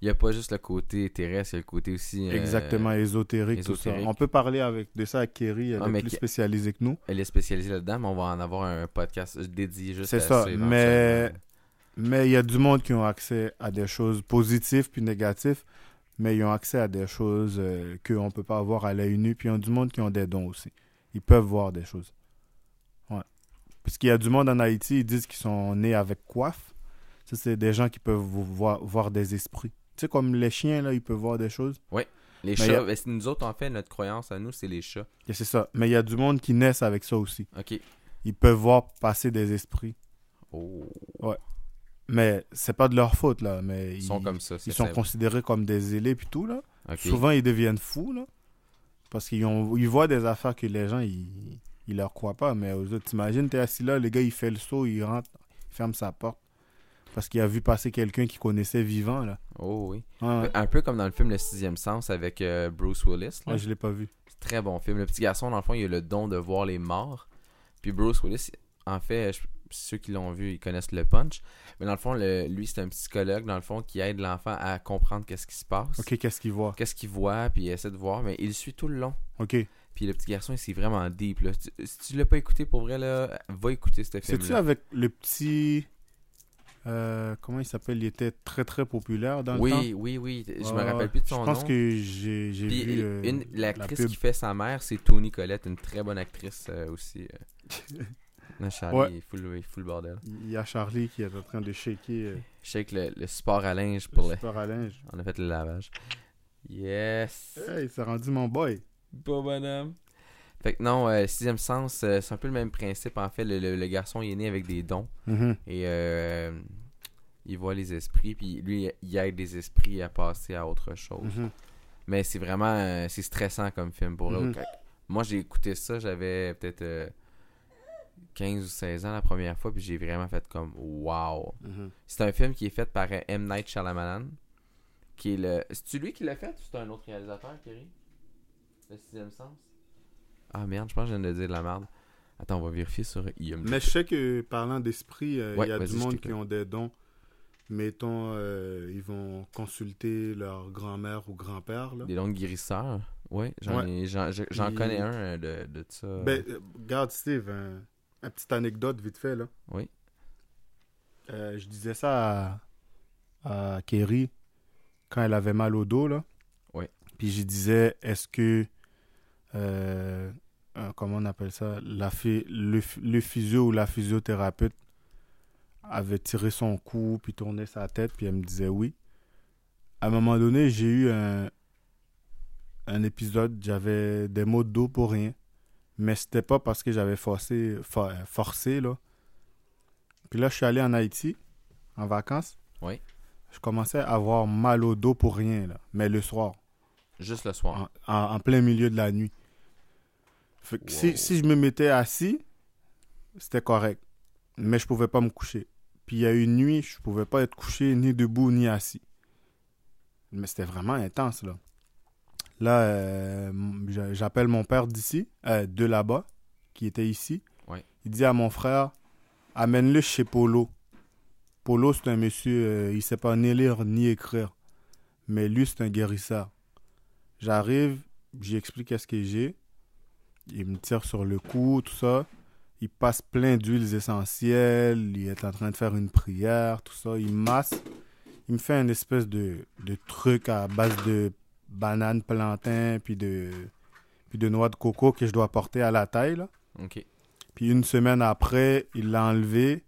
Speaker 2: Il y a pas juste le côté terrestre, il y a le côté aussi. euh,
Speaker 4: Exactement, ésotérique, tout ça.
Speaker 2: ésotérique.
Speaker 4: On peut parler avec, de ça à Kerry, elle
Speaker 2: Ah,
Speaker 4: est
Speaker 2: mais
Speaker 4: plus
Speaker 2: qui-
Speaker 4: spécialisée que nous.
Speaker 2: Elle est spécialisée là-dedans, mais on va en avoir un podcast dédié juste
Speaker 4: C'est
Speaker 2: à
Speaker 4: ça,
Speaker 2: éventuellement.
Speaker 4: mais- Mais il y a du monde qui ont accès à des choses positives puis négatives, mais ils ont accès à des choses euh, qu'on ne peut pas voir à l'œil nu, puis il y a du monde qui ont des dons aussi. Ils peuvent voir des choses. Ouais. Parce qu'il y a du monde en Haïti, ils disent qu'ils sont nés avec coiffe. Ça, c'est des gens qui peuvent vous voir, voir des esprits. Tu sais, comme les chiens, là, ils peuvent voir des choses.
Speaker 2: Les
Speaker 4: Mais il y
Speaker 2: chats,
Speaker 4: a-
Speaker 2: ben, c'est nous autres, en fait, notre croyance à nous, c'est les chats.
Speaker 4: Et c'est ça. Mais il y a du monde qui naissent avec ça aussi.
Speaker 2: Ok.
Speaker 4: Ils peuvent voir passer des esprits.
Speaker 2: Oh.
Speaker 4: Mais c'est pas de leur faute, là. Mais
Speaker 2: Ils sont comme ça. c'est
Speaker 4: Ils sont
Speaker 2: simple.
Speaker 4: considérés comme des ailés puis tout, là.
Speaker 2: Ok.
Speaker 4: Souvent, ils deviennent fous, là. Parce qu'ils ont- ils voient des affaires que les gens, ils, ils leur croient pas. Mais aux autres, t'imagines, t'es assis là, le gars, il fait le saut, il rentre, il ferme sa porte. Parce qu'il a vu passer quelqu'un qu'il connaissait vivant, là.
Speaker 2: Oh oui.
Speaker 4: Ah, ouais.
Speaker 2: Un peu comme dans le film Le Sixième Sens avec euh, Bruce Willis. là.
Speaker 4: Ouais, je l'ai pas vu.
Speaker 2: Très bon film. Le petit garçon, dans le fond, il a le don de voir les morts. Puis Bruce Willis, en fait, je- ceux qui l'ont vu, ils connaissent le punch. Mais dans le fond, le- lui, c'est un psychologue, dans le fond, qui aide l'enfant à comprendre qu'est-ce qui se passe.
Speaker 4: Ok, qu'est-ce qu'il voit
Speaker 2: Qu'est-ce qu'il voit, puis il essaie de voir, mais il le suit tout le long.
Speaker 4: Ok.
Speaker 2: Puis le petit garçon, il s'est vraiment deep. Là. Tu- Si tu l'as pas écouté pour vrai, là, va écouter ce
Speaker 4: C'est-tu
Speaker 2: film-là.
Speaker 4: avec le petit. euh, comment il s'appelle Il était très très populaire dans le temps.
Speaker 2: Oui, oui, oui. Je me
Speaker 4: Ah,
Speaker 2: rappelle plus de son
Speaker 4: Je pense
Speaker 2: nom.
Speaker 4: que j'ai j'ai
Speaker 2: Puis,
Speaker 4: vu. euh,
Speaker 2: une-
Speaker 4: la
Speaker 2: l'actrice
Speaker 4: pub.
Speaker 2: qui fait sa mère, c'est Tony Collette, une très bonne actrice euh, aussi.
Speaker 4: *laughs*
Speaker 2: euh. Non, Charlie,
Speaker 4: Ouais.
Speaker 2: il fout le- il fout le bordel.
Speaker 4: Il y a Charlie qui est en train de shaker euh,
Speaker 2: Je sais que le, le sport à linge
Speaker 4: le
Speaker 2: pour le...
Speaker 4: super à linge.
Speaker 2: On a fait le lavage. Yes!
Speaker 4: Hey, c'est rendu mon boy.
Speaker 2: Bon bonhomme! Fait que non, euh, sixième sens, euh, c'est un peu le même principe. En fait, le, le- le garçon, il est né avec des dons.
Speaker 4: Mhm.
Speaker 2: Et euh, il voit les esprits. Puis lui, il aide les esprits à passer à autre chose.
Speaker 4: Mhm.
Speaker 2: Mais c'est vraiment... euh, c'est stressant comme film pour eux.
Speaker 4: Mhm.
Speaker 2: Moi, j'ai écouté ça, j'avais peut-être euh, 15 ou 16 ans la première fois. Puis j'ai vraiment fait comme... Wow!
Speaker 4: Mhm.
Speaker 2: C'est un film qui est fait par euh, M. Night Shyamalan. Qui est le... C'est-tu lui qui l'a fait ou c'est un autre réalisateur, Kerry Le sixième sens Ah merde, je pense que je viens de dire de la merde. Attends, on va vérifier sur IMDb.
Speaker 4: Mais je sais que parlant d'esprit, euh, il
Speaker 2: Ouais,
Speaker 4: y a
Speaker 2: vas-y,
Speaker 4: du
Speaker 2: je
Speaker 4: monde
Speaker 2: t'écoute.
Speaker 4: qui ont des dons. Mettons, euh, ils vont consulter leur grand-mère ou grand-père. là.
Speaker 2: Des longues guérisseurs. Ouais, j'en
Speaker 4: Ouais.
Speaker 2: ai- j'en- j'en- j'en
Speaker 4: Il-
Speaker 2: connais un euh, de, de ça.
Speaker 4: Ben, euh, regarde, Steve, un, une petite anecdote vite fait. Là.
Speaker 2: Oui.
Speaker 4: Euh, je disais ça à, à Kerry quand elle avait mal au dos. Là.
Speaker 2: Ouais.
Speaker 4: Puis je disais, est-ce que. euh, euh, comment on appelle ça la phy- le, ph- le physio ou la physiothérapeute avait tiré son cou, puis tourné sa tête, puis elle me disait oui. À un moment donné, j'ai eu un, un épisode, j'avais des maux de dos pour rien. Mais c'était pas parce que j'avais forcé, for- euh, forcé, là. Puis là, je suis allé en Haïti, en vacances.
Speaker 2: Oui.
Speaker 4: Je commençais à avoir mal au dos pour rien, là. Mais le soir,
Speaker 2: Juste le soir.
Speaker 4: en, en- en plein milieu de la nuit. Fait que
Speaker 2: Wow.
Speaker 4: si, si je me mettais assis, c'était correct. Mais je pouvais pas me coucher. Puis il y a une nuit, je pouvais pas être couché ni debout ni assis. Mais c'était vraiment intense, là. Là, euh, m- j'a- j'appelle mon père d'ici, euh, de là-bas, qui était ici.
Speaker 2: Ouais.
Speaker 4: Il dit à mon frère, amène-le chez Polo. Polo, c'est un monsieur, euh, il sait pas ni lire ni écrire. Mais lui, c'est un guérisseur. J'arrive, j'explique qu'est-ce que j'ai. Il me tire sur le cou, tout ça. Il passe plein d'huiles essentielles. Il est en train de faire une prière, tout ça. Il masse. Il me fait un espèce de, de truc à base de bananes, plantain, puis de, puis de noix de coco que je dois porter à la taille. là.
Speaker 2: Ok.
Speaker 4: Puis une semaine après, il l'a enlevé.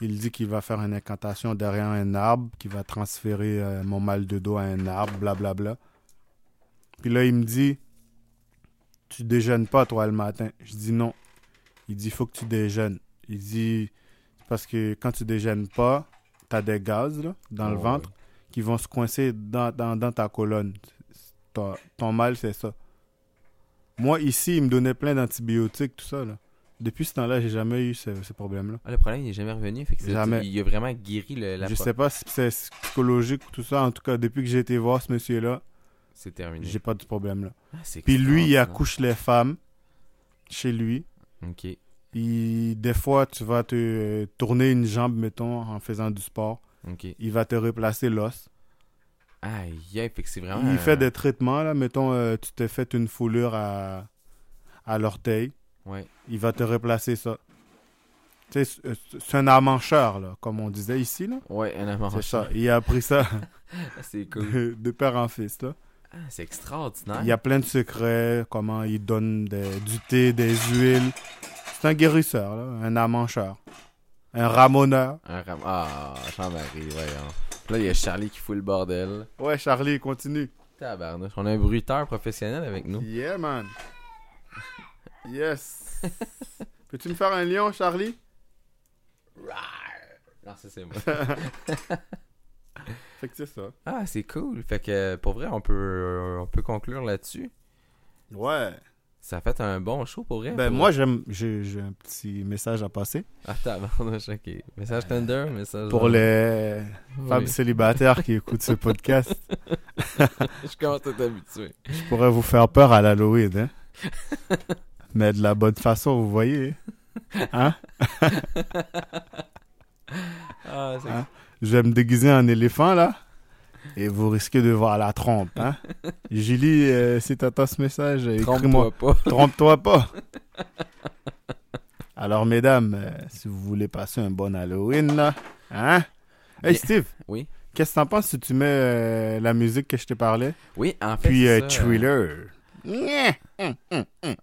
Speaker 4: Il dit qu'il va faire une incantation derrière un arbre, qu'il va transférer euh, mon mal de dos à un arbre, blablabla. Puis là, il me dit Tu déjeunes pas, toi, le matin. Je dis non. Il dit Faut que tu déjeunes. Il dit Parce que quand tu dégènes pas, tu as des gaz là, dans le
Speaker 2: Ouais,
Speaker 4: ventre qui vont se coincer dans, dans- dans ta colonne. Ton, ton mal, c'est ça. Moi, ici, ils me donnaient plein d'antibiotiques, tout ça. Là. Depuis ce temps-là, j'ai jamais eu ce, ce problème-là.
Speaker 2: Ah, le problème, il est jamais revenu. Fait que c'est-
Speaker 4: Jamais.
Speaker 2: Il a vraiment guéri le, la
Speaker 4: Je
Speaker 2: pro-
Speaker 4: sais pas si c'est psychologique ou tout ça. En tout cas, depuis que j'ai été voir ce monsieur-là,
Speaker 2: C'est terminé.
Speaker 4: j'ai pas de problème-là.
Speaker 2: Ah, c'est
Speaker 4: Puis lui, il
Speaker 2: extraordinaire.
Speaker 4: accouche les femmes chez lui.
Speaker 2: Ok.
Speaker 4: Il, des fois, tu vas te euh, tourner une jambe, mettons, en faisant du sport.
Speaker 2: Ok.
Speaker 4: Il va te replacer l'os.
Speaker 2: Aïe, aïe, fait que c'est vraiment.
Speaker 4: Il
Speaker 2: un-
Speaker 4: fait des traitements, là. Mettons, euh, tu t'es fait une foulure à, à l'orteil.
Speaker 2: Ouais.
Speaker 4: Il va te replacer ça. Tu sais, c'est- c'est- c'est un amancheur, là, comme on disait ici, là.
Speaker 2: Ouais, un
Speaker 4: C'est
Speaker 2: amanche.
Speaker 4: ça. Il a appris ça
Speaker 2: *laughs* C'est Ah, cool.
Speaker 4: de, *laughs* de père en fils, là.
Speaker 2: Ah, c'est extraordinaire.
Speaker 4: Il y a plein de secrets, comment il donne des- du thé, des huiles. C'est un guérisseur, là, un amancheur. Un ramoneur.
Speaker 2: Un ram... Ah, Jean-Marie, voyons. Là, il y a Charlie qui fout le bordel.
Speaker 4: Ouais, Charlie, continue.
Speaker 2: Tabarnouche. On a un bruteur professionnel avec nous.
Speaker 4: Yeah, man. *laughs* Yes. Peux-tu me faire un lion, Charlie? *laughs*
Speaker 2: Non, ça, c'est moi.
Speaker 4: Fait que c'est ça.
Speaker 2: Ah, c'est cool. Fait que pour vrai, on peut, on peut conclure là-dessus.
Speaker 4: Ouais.
Speaker 2: Ça a fait un bon show pour vrai.
Speaker 4: Ben,
Speaker 2: pour-
Speaker 4: moi, j'aime. J'ai j'ai un petit message à passer.
Speaker 2: Ah, tabarnouche, ok. Message Tinder, message.
Speaker 4: Pour les
Speaker 2: Oui.
Speaker 4: femmes célibataires qui écoutent ce podcast,
Speaker 2: Je commence à t'habituer.
Speaker 4: je pourrais vous faire peur à l'Halloween, hein? Mais de la bonne façon, vous voyez. Hein?
Speaker 2: Ah, c'est
Speaker 4: Hein? Je vais me déguiser en éléphant, là. Et vous risquez de voir la trompe,
Speaker 2: *laughs*
Speaker 4: hein? Julie, euh, si t'entends ce message, euh, écris-moi.
Speaker 2: Trompe-toi pas.
Speaker 4: Trompe-toi pas. *laughs* Alors, mesdames, euh, si vous voulez passer un bon Halloween, là, hein? Hey,
Speaker 2: Bien.
Speaker 4: Steve.
Speaker 2: Oui?
Speaker 4: Qu'est-ce que t'en penses si tu mets euh, la musique que je t'ai parlé?
Speaker 2: Oui, en fait.
Speaker 4: Puis
Speaker 2: c'est
Speaker 4: euh,
Speaker 2: ça,
Speaker 4: Thriller. Nyeh.
Speaker 2: Ah,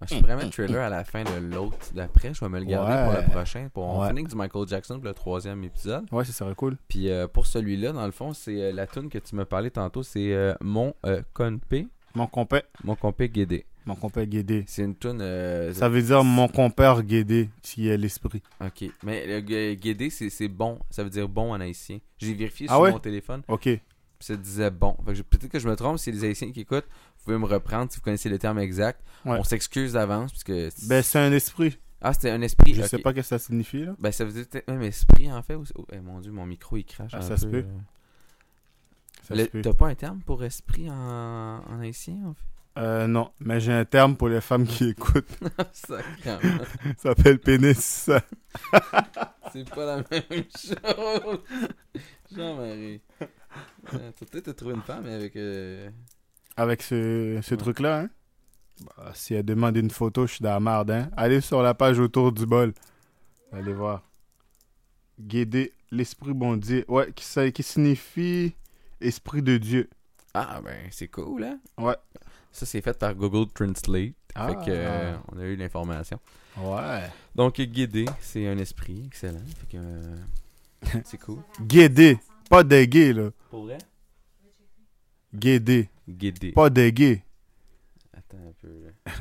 Speaker 2: Je pourrais mettre Thriller à la fin de l'autre d'après. Je vais me le garder
Speaker 4: Ouais.
Speaker 2: pour le prochain. Pour... On
Speaker 4: Ouais.
Speaker 2: finit avec du Michael Jackson pour le troisième épisode.
Speaker 4: Ouais, ça serait cool.
Speaker 2: Puis euh, pour celui-là, dans le fond, c'est euh, la tune que tu me parlais tantôt. C'est euh, Mon euh, Compé.
Speaker 4: Mon compère,
Speaker 2: Mon Compé Guédé.
Speaker 4: mon compère Guédé.
Speaker 2: C'est une tune. euh,
Speaker 4: Ça veut dire mon compère Guédé, qui est l'esprit.
Speaker 2: Ok. Mais le gu- guédé, c'est c'est bon. Ça veut dire bon en haïtien. J'ai vérifié
Speaker 4: Ah
Speaker 2: sur
Speaker 4: ouais?
Speaker 2: mon téléphone.
Speaker 4: Ok.
Speaker 2: Puis ça disait bon. Fait que je- Peut-être que je me trompe. Si les haïtiens qui écoutent, vous pouvez me reprendre si vous connaissez le terme exact.
Speaker 4: Ouais.
Speaker 2: On s'excuse d'avance. parce que c'est-
Speaker 4: Ben, c'est un esprit.
Speaker 2: Ah, c'était un esprit.
Speaker 4: Je
Speaker 2: ok.
Speaker 4: sais pas ce que ça signifie, là.
Speaker 2: Ben, ça veut dire peut-être même esprit en fait. ou- oh, eh, mon dieu, mon micro il crache.
Speaker 4: Ah,
Speaker 2: un
Speaker 4: ça se
Speaker 2: peu,
Speaker 4: peut.
Speaker 2: euh.
Speaker 4: Ça
Speaker 2: Le-
Speaker 4: se peut.
Speaker 2: T'as pas un terme pour esprit en, en haïtien en fait *laughs*
Speaker 4: Euh, non, mais j'ai un terme pour les femmes qui *laughs* écoutent.
Speaker 2: Sacrément.
Speaker 4: Ça s'appelle pénis.
Speaker 2: C'est pas la *laughs* même chose. Jean-Marie. Euh, T'as peut-être trouvé une femme avec. euh,
Speaker 4: Avec ce, ce
Speaker 2: Ouais.
Speaker 4: truc-là, hein? Bah, si elle demande une photo, je suis dans la marde, hein? Allez sur la page autour du bol. Allez voir. Guédé, l'esprit bondier. Ouais, qui, ça- qui signifie esprit de Dieu.
Speaker 2: Ah ben c'est cool hein.
Speaker 4: Ouais.
Speaker 2: Ça c'est fait par Google Translate.
Speaker 4: Ah.
Speaker 2: Fait que euh, on a eu l'information.
Speaker 4: Ouais.
Speaker 2: Donc guider, c'est un esprit, excellent. Fait que euh, c'est cool.
Speaker 4: Guédé, pas des gays, là.
Speaker 2: *laughs* Pour vrai?
Speaker 4: Guédé,
Speaker 2: Guider.
Speaker 4: pas des gays.
Speaker 2: Attends un peu là.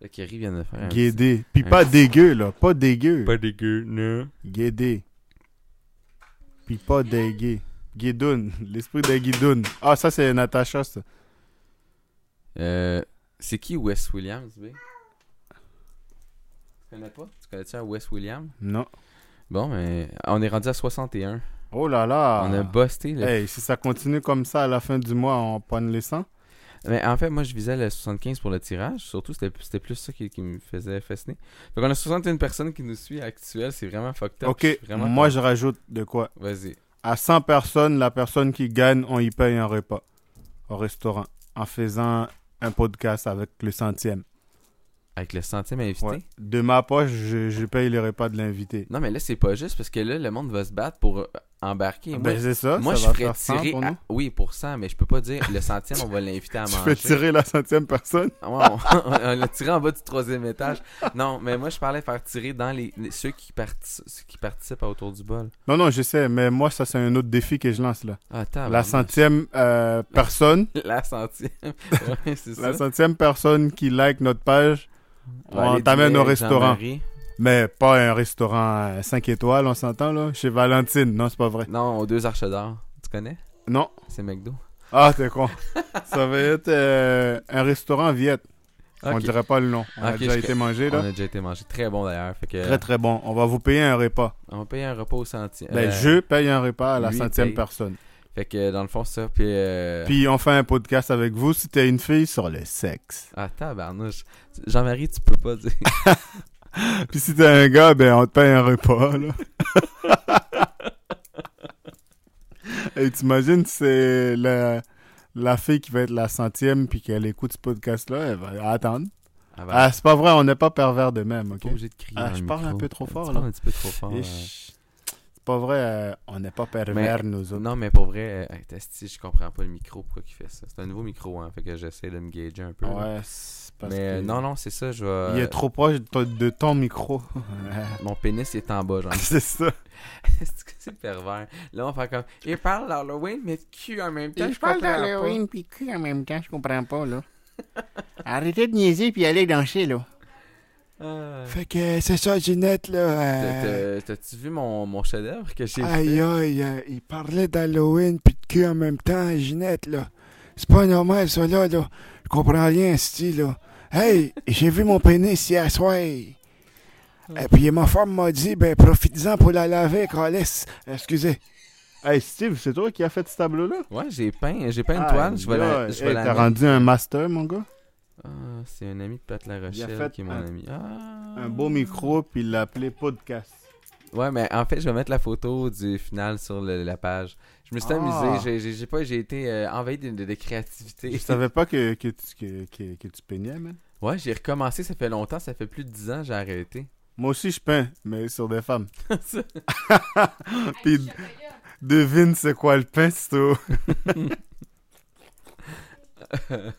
Speaker 2: Là, Kerry vient de faire un
Speaker 4: Guédé. Puis
Speaker 2: un
Speaker 4: pas
Speaker 2: petit-
Speaker 4: dégueu, là. Pas dégueu.
Speaker 2: petit- Pas dégueu, non.
Speaker 4: Guédé. Puis pas des gays. Guédoun, l'esprit des guidounes. Ah, ça, c'est Natacha, ça.
Speaker 2: Euh, c'est qui Wes Williams, B? Tu connais pas? Tu connais-tu un Wes Williams?
Speaker 4: Non.
Speaker 2: Bon, mais on est rendu à 61.
Speaker 4: Oh là là.
Speaker 2: On a busté. le-
Speaker 4: Hey, si ça continue comme ça à la fin du mois, on prend les 100.
Speaker 2: Mais en fait, moi, je visais le 75 pour le tirage. Surtout, c'était c'était plus ça qui, qui me faisait fessner. Fait qu'on a 61 personnes qui nous suivent actuelles. C'est vraiment fucked up.
Speaker 4: Ok,
Speaker 2: Je suis vraiment
Speaker 4: moi
Speaker 2: con-
Speaker 4: je rajoute de quoi
Speaker 2: Vas-y.
Speaker 4: À 100 personnes, la personne qui gagne, on y paye un repas au restaurant en faisant un podcast avec le centième.
Speaker 2: Avec le centième invité.
Speaker 4: Ouais. De ma poche, je, je paye le repas de l'invité.
Speaker 2: Non, mais là, c'est pas juste parce que là, le monde va se battre pour euh, embarquer.
Speaker 4: Ben
Speaker 2: moi,
Speaker 4: c'est ça,
Speaker 2: moi,
Speaker 4: ça
Speaker 2: je
Speaker 4: va
Speaker 2: ferais
Speaker 4: faire 100
Speaker 2: tirer.
Speaker 4: pour
Speaker 2: à-
Speaker 4: nous.
Speaker 2: Oui, pour 100, mais je peux pas dire le centième, on va l'inviter à
Speaker 4: *laughs* Tu
Speaker 2: manger.
Speaker 4: fais tirer la centième personne
Speaker 2: Ouais, on, *laughs* on l'a tiré en bas du troisième étage. Non, mais moi, je parlais faire tirer dans les, les- ceux, qui parti- ceux qui participent à autour du bol.
Speaker 4: Non, non, je sais, mais moi ça c'est un autre défi que je lance là.
Speaker 2: Attends,
Speaker 4: la centième euh, personne,
Speaker 2: Ah, La centième.
Speaker 4: *laughs*
Speaker 2: Ouais, c'est ça.
Speaker 4: la centième personne qui like notre page,
Speaker 2: va
Speaker 4: on
Speaker 2: aller
Speaker 4: t'amène
Speaker 2: dîner
Speaker 4: au
Speaker 2: avec
Speaker 4: restaurant.
Speaker 2: Jean-Marie.
Speaker 4: Mais pas un restaurant 5 étoiles, on s'entend, là. Chez Valentine, non, c'est pas vrai.
Speaker 2: Non, aux deux arches d'or. Tu connais
Speaker 4: Non.
Speaker 2: C'est McDo.
Speaker 4: Ah,
Speaker 2: *laughs*
Speaker 4: t'es con. ça va être euh, un restaurant viet. On
Speaker 2: Ok.
Speaker 4: dirait pas le nom. On a
Speaker 2: Ok,
Speaker 4: déjà
Speaker 2: je-
Speaker 4: été mangé,
Speaker 2: On
Speaker 4: là.
Speaker 2: a déjà été manger. Très bon d'ailleurs. Fait que
Speaker 4: Très, très bon. On va vous payer un repas.
Speaker 2: on paye un repas au centième.
Speaker 4: Ben,
Speaker 2: Euh,
Speaker 4: je paye un repas à la
Speaker 2: lui, il
Speaker 4: centième
Speaker 2: paye.
Speaker 4: personne.
Speaker 2: Fait que dans le fond, c'est ça. Puis. euh,
Speaker 4: Puis on fait un podcast avec vous si t'es une fille sur le sexe.
Speaker 2: Ah, tabarnouche. Jean-Marie, tu peux pas dire.
Speaker 4: Puis si t'es un gars, ben on te paye un repas, *laughs* là. Et t'imagines, c'est la, la fille qui va être la centième puis qu'elle écoute ce podcast-là, elle va attendre.
Speaker 2: Ah, bah,
Speaker 4: Ah, c'est pas vrai, on n'est pas pervers de même,
Speaker 2: t'es
Speaker 4: ok?
Speaker 2: pas obligé de crier.
Speaker 4: Ah,
Speaker 2: dans
Speaker 4: je
Speaker 2: le
Speaker 4: parle un
Speaker 2: micro.
Speaker 4: peu trop fort,
Speaker 2: Tu
Speaker 4: là.
Speaker 2: parles un petit peu trop fort.
Speaker 4: Ish.
Speaker 2: euh.
Speaker 4: C'est pas vrai, euh, on n'est pas pervers, nous autres.
Speaker 2: Non, mais pour vrai, euh, hey, Testi, je comprends pas le micro, pourquoi il fait ça. C'est un nouveau micro, hein, fait que j'essaie de me gager un peu. là.
Speaker 4: ouais, c'est parce
Speaker 2: mais
Speaker 4: que
Speaker 2: euh, non, non, c'est ça, je vais...
Speaker 4: Il est trop proche de ton, de ton *laughs* micro.
Speaker 2: Mon pénis est en bas,
Speaker 4: *laughs*
Speaker 2: genre.
Speaker 4: c'est ça.
Speaker 2: c'est que c'est pervers. Là, on fait comme... Il parle d'Halloween, mais de cul en même temps,
Speaker 5: Et
Speaker 2: je comprends pas.
Speaker 5: puis cul en même temps, je comprends pas, là. *laughs* Arrêtez de niaiser puis allez danser, là.
Speaker 2: Ah.
Speaker 5: Fait que c'est ça, Ginette,
Speaker 2: T'as-
Speaker 5: là. euh,
Speaker 2: t'as- T'as-tu vu mon, mon chef-d'œuvre que
Speaker 4: Ah.
Speaker 2: j'ai
Speaker 5: aïe, aïe, euh, il parlait d'Halloween puis de cul en même temps, Ginette, là. C'est pas normal, ça, là, là. Je comprends rien, style, là. Hey, j'ai vu mon pénis hier soir. Et puis ma femme m'a dit, ben, profite-en pour la laver, Calès. Excusez.
Speaker 4: Hey Steve, c'est toi qui as fait ce tableau-là?
Speaker 2: Ouais, j'ai peint, j'ai peint une toile, je vais la... Je vais
Speaker 4: Ah, Hey,
Speaker 2: la
Speaker 4: T'as
Speaker 2: mettre.
Speaker 4: rendu un master, mon gars?
Speaker 2: Ah, c'est un ami de Pat La
Speaker 4: Il a
Speaker 2: Rochelle
Speaker 4: fait
Speaker 2: qui est mon
Speaker 4: un-
Speaker 2: ami. Ah.
Speaker 4: Un beau micro, puis il l'a
Speaker 2: *laughs*
Speaker 4: appelé podcast.
Speaker 2: Ouais, mais en fait, je vais mettre la photo du final sur le- la page. Je me suis
Speaker 4: Ah.
Speaker 2: amusé, j'ai- j'ai j'ai pas, j'ai été euh, envahi de, de- de créativité.
Speaker 4: Je savais pas que, que, tu, que, que- que tu peignais, man.
Speaker 2: *laughs* Ouais, j'ai recommencé, ça fait longtemps, ça fait plus de 10 ans, j'ai arrêté.
Speaker 4: Moi aussi, je peins, mais sur des femmes.
Speaker 2: *laughs* Ça-
Speaker 4: *laughs* Puis devine c'est quoi
Speaker 2: *laughs*
Speaker 4: le pesto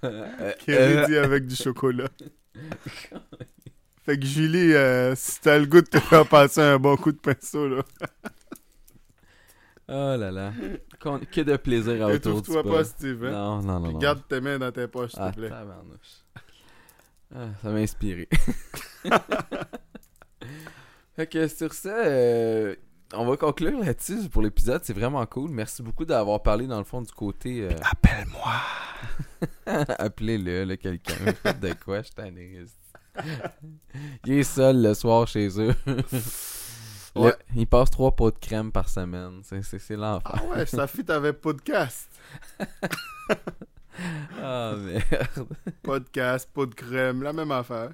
Speaker 2: Euh,
Speaker 4: qu'elle
Speaker 2: euh,
Speaker 4: dit avec
Speaker 2: *laughs*
Speaker 4: du chocolat. Fait que Julie, euh, si t'as le goût de te faire passer un bon coup de pinceau, là,
Speaker 2: oh là là. Qu'on- que de plaisir à autour du
Speaker 4: étouffe-toi
Speaker 2: spa.
Speaker 4: pas, Steve. hein.
Speaker 2: Non, non, non. non.
Speaker 4: Garde tes mains dans tes poches, s'il
Speaker 2: ah,
Speaker 4: te plaît.
Speaker 2: tabarnouche. Ah, ça m'a
Speaker 4: *laughs*
Speaker 2: inspiré. fait que sur ça, euh, on va conclure là-dessus pour l'épisode. C'est vraiment cool. Merci beaucoup d'avoir parlé dans le fond du côté. euh,
Speaker 5: Appelle-moi.
Speaker 2: *laughs* Appelez-le, là, quelqu'un. Faites de quoi, je t'en *laughs* Il est seul le soir chez eux. *laughs* Le-
Speaker 4: Ouais.
Speaker 2: Il passe trois pots de crème par semaine. C'est- C'est c'est l'enfer.
Speaker 4: Ah ouais, sa fille t'avais podcast.
Speaker 2: Ah, merde. *laughs*
Speaker 4: Podcast, pot de crème, la même affaire.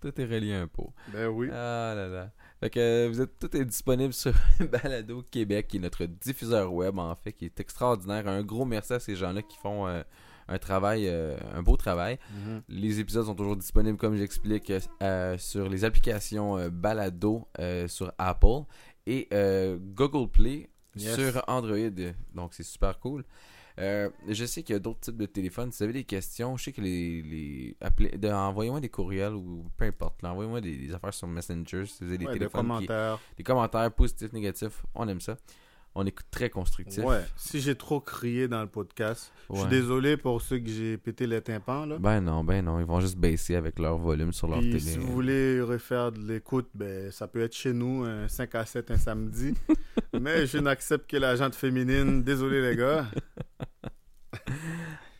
Speaker 2: Tout est relié à un pot.
Speaker 4: Ben oui.
Speaker 2: Ah là là. Fait que euh, vous êtes tout est disponible sur *laughs* Balado Québec, qui est notre diffuseur web en fait, qui est extraordinaire. Un gros merci à ces gens-là qui font euh, un travail, euh, un beau travail. Les épisodes sont toujours disponibles, comme j'explique, euh, euh, sur les applications euh, Balado euh, sur Apple et euh, Google Play
Speaker 4: Yes.
Speaker 2: sur Android. Donc, c'est super cool. Euh, je sais qu'il y a d'autres types de téléphones. Si vous avez des questions, je sais que les. les appelez- de- Envoyez-moi des courriels ou peu importe. là, Envoyez-moi des, des affaires sur Messenger si vous avez des
Speaker 4: Ouais, des
Speaker 2: téléphones. qui-
Speaker 4: commentaires.
Speaker 2: des commentaires positifs, négatifs. On aime ça. On écoute très constructif.
Speaker 4: Ouais. Si j'ai trop crié dans le podcast, je
Speaker 2: Ouais.
Speaker 4: suis désolé pour ceux que j'ai pété les tympans, là.
Speaker 2: Ben non, ben non. Ils vont juste baisser avec leur volume sur leur
Speaker 4: Puis
Speaker 2: télé. hein.
Speaker 4: si vous voulez refaire de l'écoute, ben, ça peut être chez nous, un 5 à 7
Speaker 2: *laughs*
Speaker 4: un samedi. Mais je n'accepte que la gente féminine. Désolé, les gars.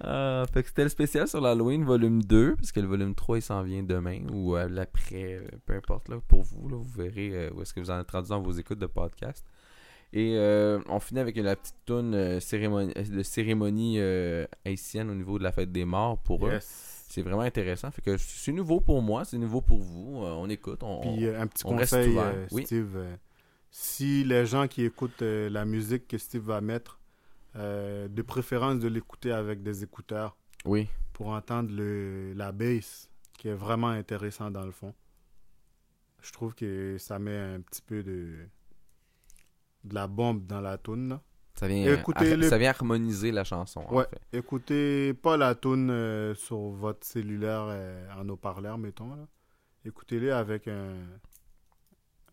Speaker 2: Ah, fait que c'était le spécial sur l'Halloween volume 2, parce que le volume 3 il s'en vient demain ou euh, l'après, euh, peu importe là, pour vous, là, vous verrez euh, où est-ce que vous en êtes rendu dans vos écoutes de podcast. Et euh, on finit avec la petite toune euh, cérémonie, euh, de cérémonie euh, haïtienne au niveau de la fête des morts pour eux.
Speaker 4: Yes.
Speaker 2: C'est vraiment intéressant. Fait que c'est nouveau pour moi, c'est nouveau pour vous. Euh, on écoute, on,
Speaker 4: Puis euh, un petit
Speaker 2: on reste
Speaker 4: conseil,
Speaker 2: ouvert,
Speaker 4: euh,
Speaker 2: oui.
Speaker 4: Steve. euh, si les gens qui écoutent euh, la musique que Steve va mettre, euh, de préférence de l'écouter avec des écouteurs
Speaker 2: on- Oui.
Speaker 4: pour entendre le, la bass, qui est vraiment intéressant dans le fond. Je trouve que ça met un petit peu de, de la bombe dans la toune, là.
Speaker 2: Ça vient,
Speaker 4: Écoutez-le.
Speaker 2: har- ça vient harmoniser la chanson. en
Speaker 4: Ouais.
Speaker 2: fait.
Speaker 4: Écoutez pas la toune euh, sur votre cellulaire euh, en haut-parleur, mettons. là. Écoutez-les avec un,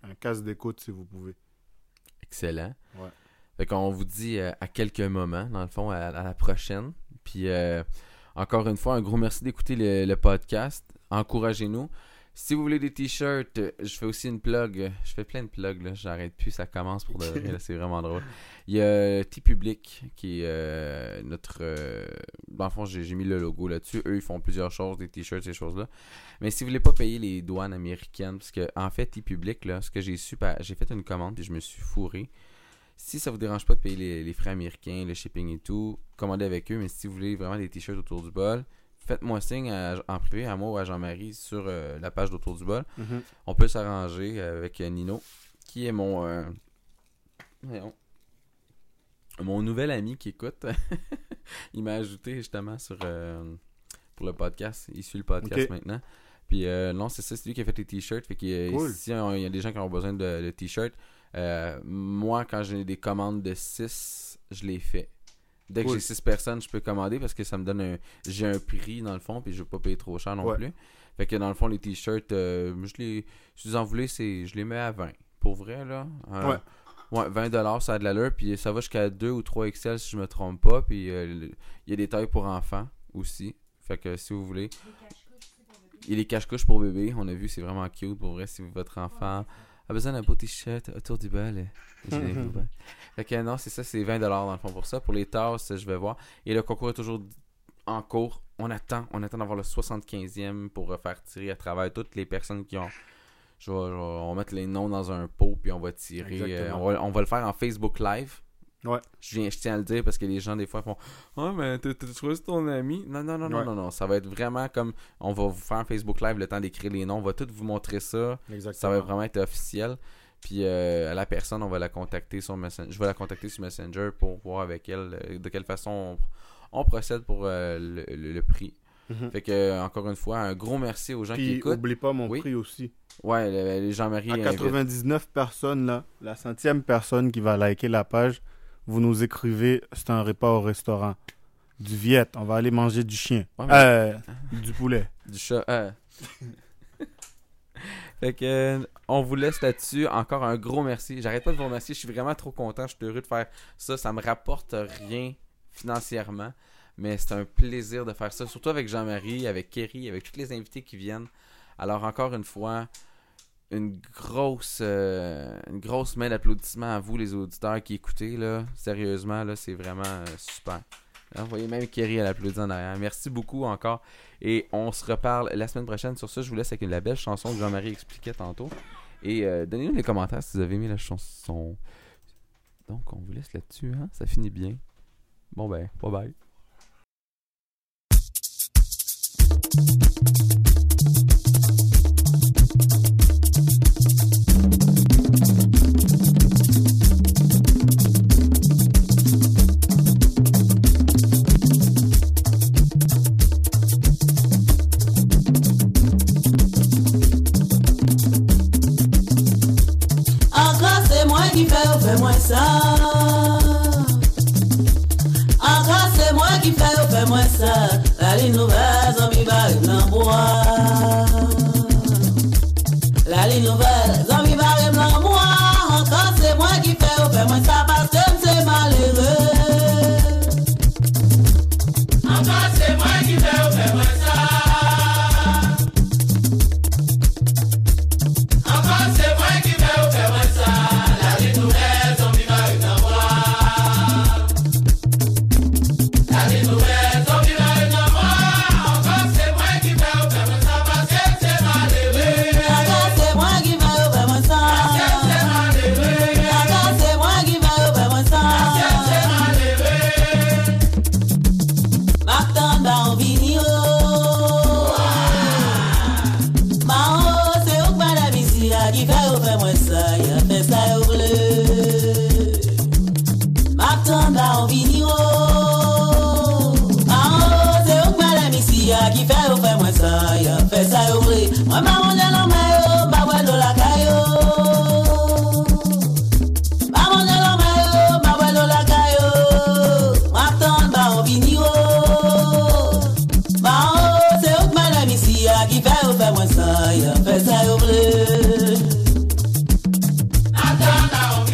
Speaker 4: un casque d'écoute si vous pouvez.
Speaker 2: Excellent.
Speaker 4: Ouais.
Speaker 2: Fait qu'on vous dit euh, à quelques moments, dans le fond, à, à la prochaine. Puis euh, encore une fois, un gros merci d'écouter le, le podcast. Encouragez-nous. Si vous voulez des t-shirts, euh, je fais aussi une plug. Je fais plein de plugs, là. J'arrête plus, ça commence pour de vrai, là, C'est vraiment drôle. Il y a euh, T-Public, qui est euh, notre... euh, dans le fond, j'ai j'ai mis le logo là-dessus. Eux, ils font plusieurs choses, des t-shirts, ces choses-là. Mais si vous voulez pas payer les douanes américaines, parce que en fait, T-Public, là, ce que j'ai su... par- J'ai fait une commande, et je me suis fourré. Si ça vous dérange pas de payer les, les frais américains, le shipping et tout, commandez avec eux. Mais si vous voulez vraiment des t-shirts autour du bol, faites-moi signe à- en privé à moi ou à Jean-Marie sur euh, la page d'Autour du Bol.
Speaker 4: Mhm.
Speaker 2: On peut s'arranger avec euh, Nino, qui est mon. euh, voyons, mon nouvel ami qui écoute. *laughs* Il m'a ajouté justement sur euh, pour le podcast. Il suit le podcast
Speaker 4: Ok.
Speaker 2: maintenant. Puis euh, non, c'est ça, c'est lui qui a fait les t-shirts. Fait que
Speaker 4: Cool.
Speaker 2: si on- il y a des gens qui ont besoin de, de t-shirts, euh, moi quand j'ai des commandes de 6, je les fais. Dès que
Speaker 4: Cool.
Speaker 2: j'ai 6 personnes, je peux commander parce que ça me donne un. J'ai un prix dans le fond, puis je veux pas payer trop cher non
Speaker 4: Ouais.
Speaker 2: plus. Fait que dans le fond, les t-shirts, euh, je les. Si vous en voulez, c'est, je les mets à 20. Pour vrai, là. Euh,
Speaker 4: Ouais.
Speaker 2: ouais, 20$, ça a de l'allure. Puis ça va jusqu'à 2 ou 3 XL si je me trompe pas. Puis euh, le- il y a des tailles pour enfants aussi. Fait que si vous voulez. Il y a des cache-couches pour bébé. On a vu, c'est vraiment cute pour vrai. Si votre enfant a besoin d'un beau t-shirt autour du bal, euh, gênez-vous pas. Fait que non, c'est ça, c'est 20$ dans le fond pour ça. Pour les tasses, je vais voir. Et le concours est toujours en cours. On attend. On attend d'avoir le 75e pour euh, faire tirer à travers toutes les personnes qui ont. Je vais, je vais- on va mettre les noms dans un pot, puis on va tirer. euh,
Speaker 4: Exactement.
Speaker 2: on, va, on va le faire en Facebook Live.
Speaker 4: Ouais.
Speaker 2: Je, viens, je tiens à le dire parce que les gens, des fois, font Ah, mais t'as t'as choisi ton ami. Non, non, non, non,
Speaker 4: Ouais.
Speaker 2: non, non. Ça va être vraiment comme. On va vous faire un Facebook Live le temps d'écrire les noms. On va tout vous montrer ça.
Speaker 4: Exactement.
Speaker 2: Ça va vraiment être officiel. Puis euh, la personne, on va la contacter sur Messenger. Je vais la contacter sur Messenger pour voir avec elle euh, de quelle façon on, on procède pour euh, le, le- le prix.
Speaker 4: Mhm.
Speaker 2: Fait que, euh, encore une fois, un gros merci aux gens qui
Speaker 4: Puis
Speaker 2: écoutent.
Speaker 4: oublie pas mon
Speaker 2: Oui.
Speaker 4: prix aussi.
Speaker 2: Ouais, le- les Jean-Marie.
Speaker 4: À
Speaker 2: invite.
Speaker 4: 99 personnes, là, la centième personne qui va liker la page, vous nous écrivez, c'est un repas au restaurant. Du viette, on va aller manger du chien.
Speaker 2: Ouais, mais-
Speaker 4: Euh, du poulet.
Speaker 2: Du chat. euh. *laughs* fait que, euh, on vous laisse là-dessus. Encore un gros merci. J'arrête pas de vous remercier. Je suis vraiment trop content. Je suis heureux de faire ça. Ça me rapporte rien financièrement. Mais c'est un plaisir de faire ça. Surtout avec Jean-Marie, avec Kerry, avec tous les invités qui viennent. Alors, encore une fois, une grosse, euh, une grosse main d'applaudissements à vous, les auditeurs qui écoutez. Là. Sérieusement, là, c'est vraiment euh, super. Hein, Vous voyez, même Kerry, elle applaudit en arrière. Merci beaucoup encore. Et on se reparle la semaine prochaine. Sur ça, je vous laisse avec la belle chanson que Jean-Marie expliquait tantôt. Et euh, donnez-nous les commentaires si vous avez aimé la chanson. Donc, on vous laisse là-dessus, hein? Ça finit bien. Bon ben, bye bye.
Speaker 6: Encore c'est moi qui fais, oh, fais-moi ça. Encore c'est moi qui fais, oh, fais-moi ça. La ligne nouvelle, zombie va et blanc bois. La ligne nouvelle, zombie va et blanc bois. Encore c'est moi qui fais, oh, fais-moi ça parce que c'est malheureux. Encore c'est moi qui fais, oh, fais-moi ça. Encore c'est moi qui fais, oh, fais-moi ça. La ligne nouvelle, zombie va et blanc bois. La ligne nouvelle, zombie va et blanc bois. Encore c'est moi qui fais, oh, fais-moi ça parce que c'est malheureux. Encore c'est moi qui fais, oh, fais-moi ça. Parce que c'est malheureux. Encore c'est moi qui fais, oh, fais-moi ça. Parce que c'est malheureux. Martin Barvinio. Mao, c'est au coin de la Bissia qui fait au fait moins ça, il a fait ça au bleu. Martin Barvinio. Mao, c'est au coin de la Bissia qui fait au fait moins ça, il a fait ça au bleu. Moi, maman, j'ai l'emmène, bah ouais, dans la caillou. Vamos de lo malo, ma abuelo la cayó. Matan, bao vinio. Bao, se ukma la misia, qui fait au fait moins ça, il a fait ça au bleu. Matan, bao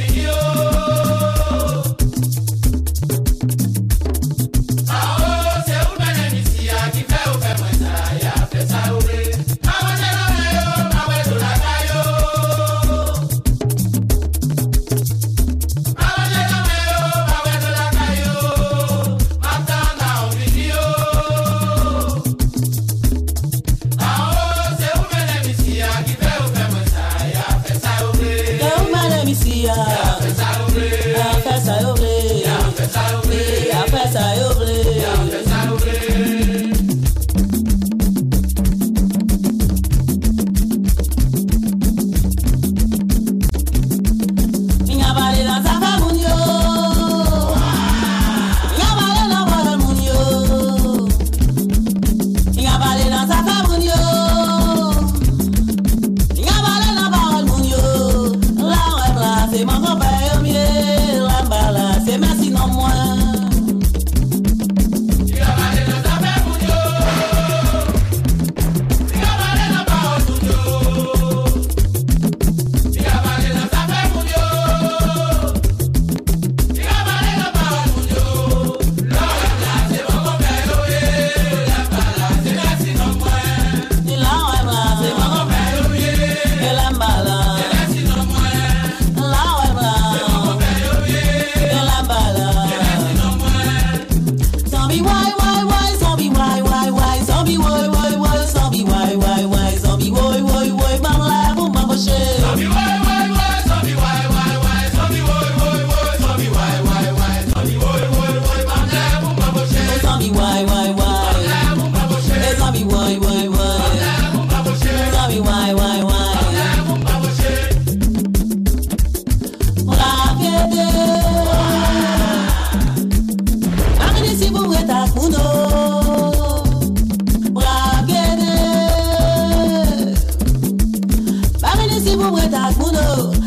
Speaker 6: c'est mon grand-père mieux. La bala, c'est ma sinon moi. Zombie why why why zombie why why why zombie why why why zombie why why why zombie why why why mama la boum mama shit zombie why oh, Zombie why why why Zombie why why why Zombie why why why Bravo Bravo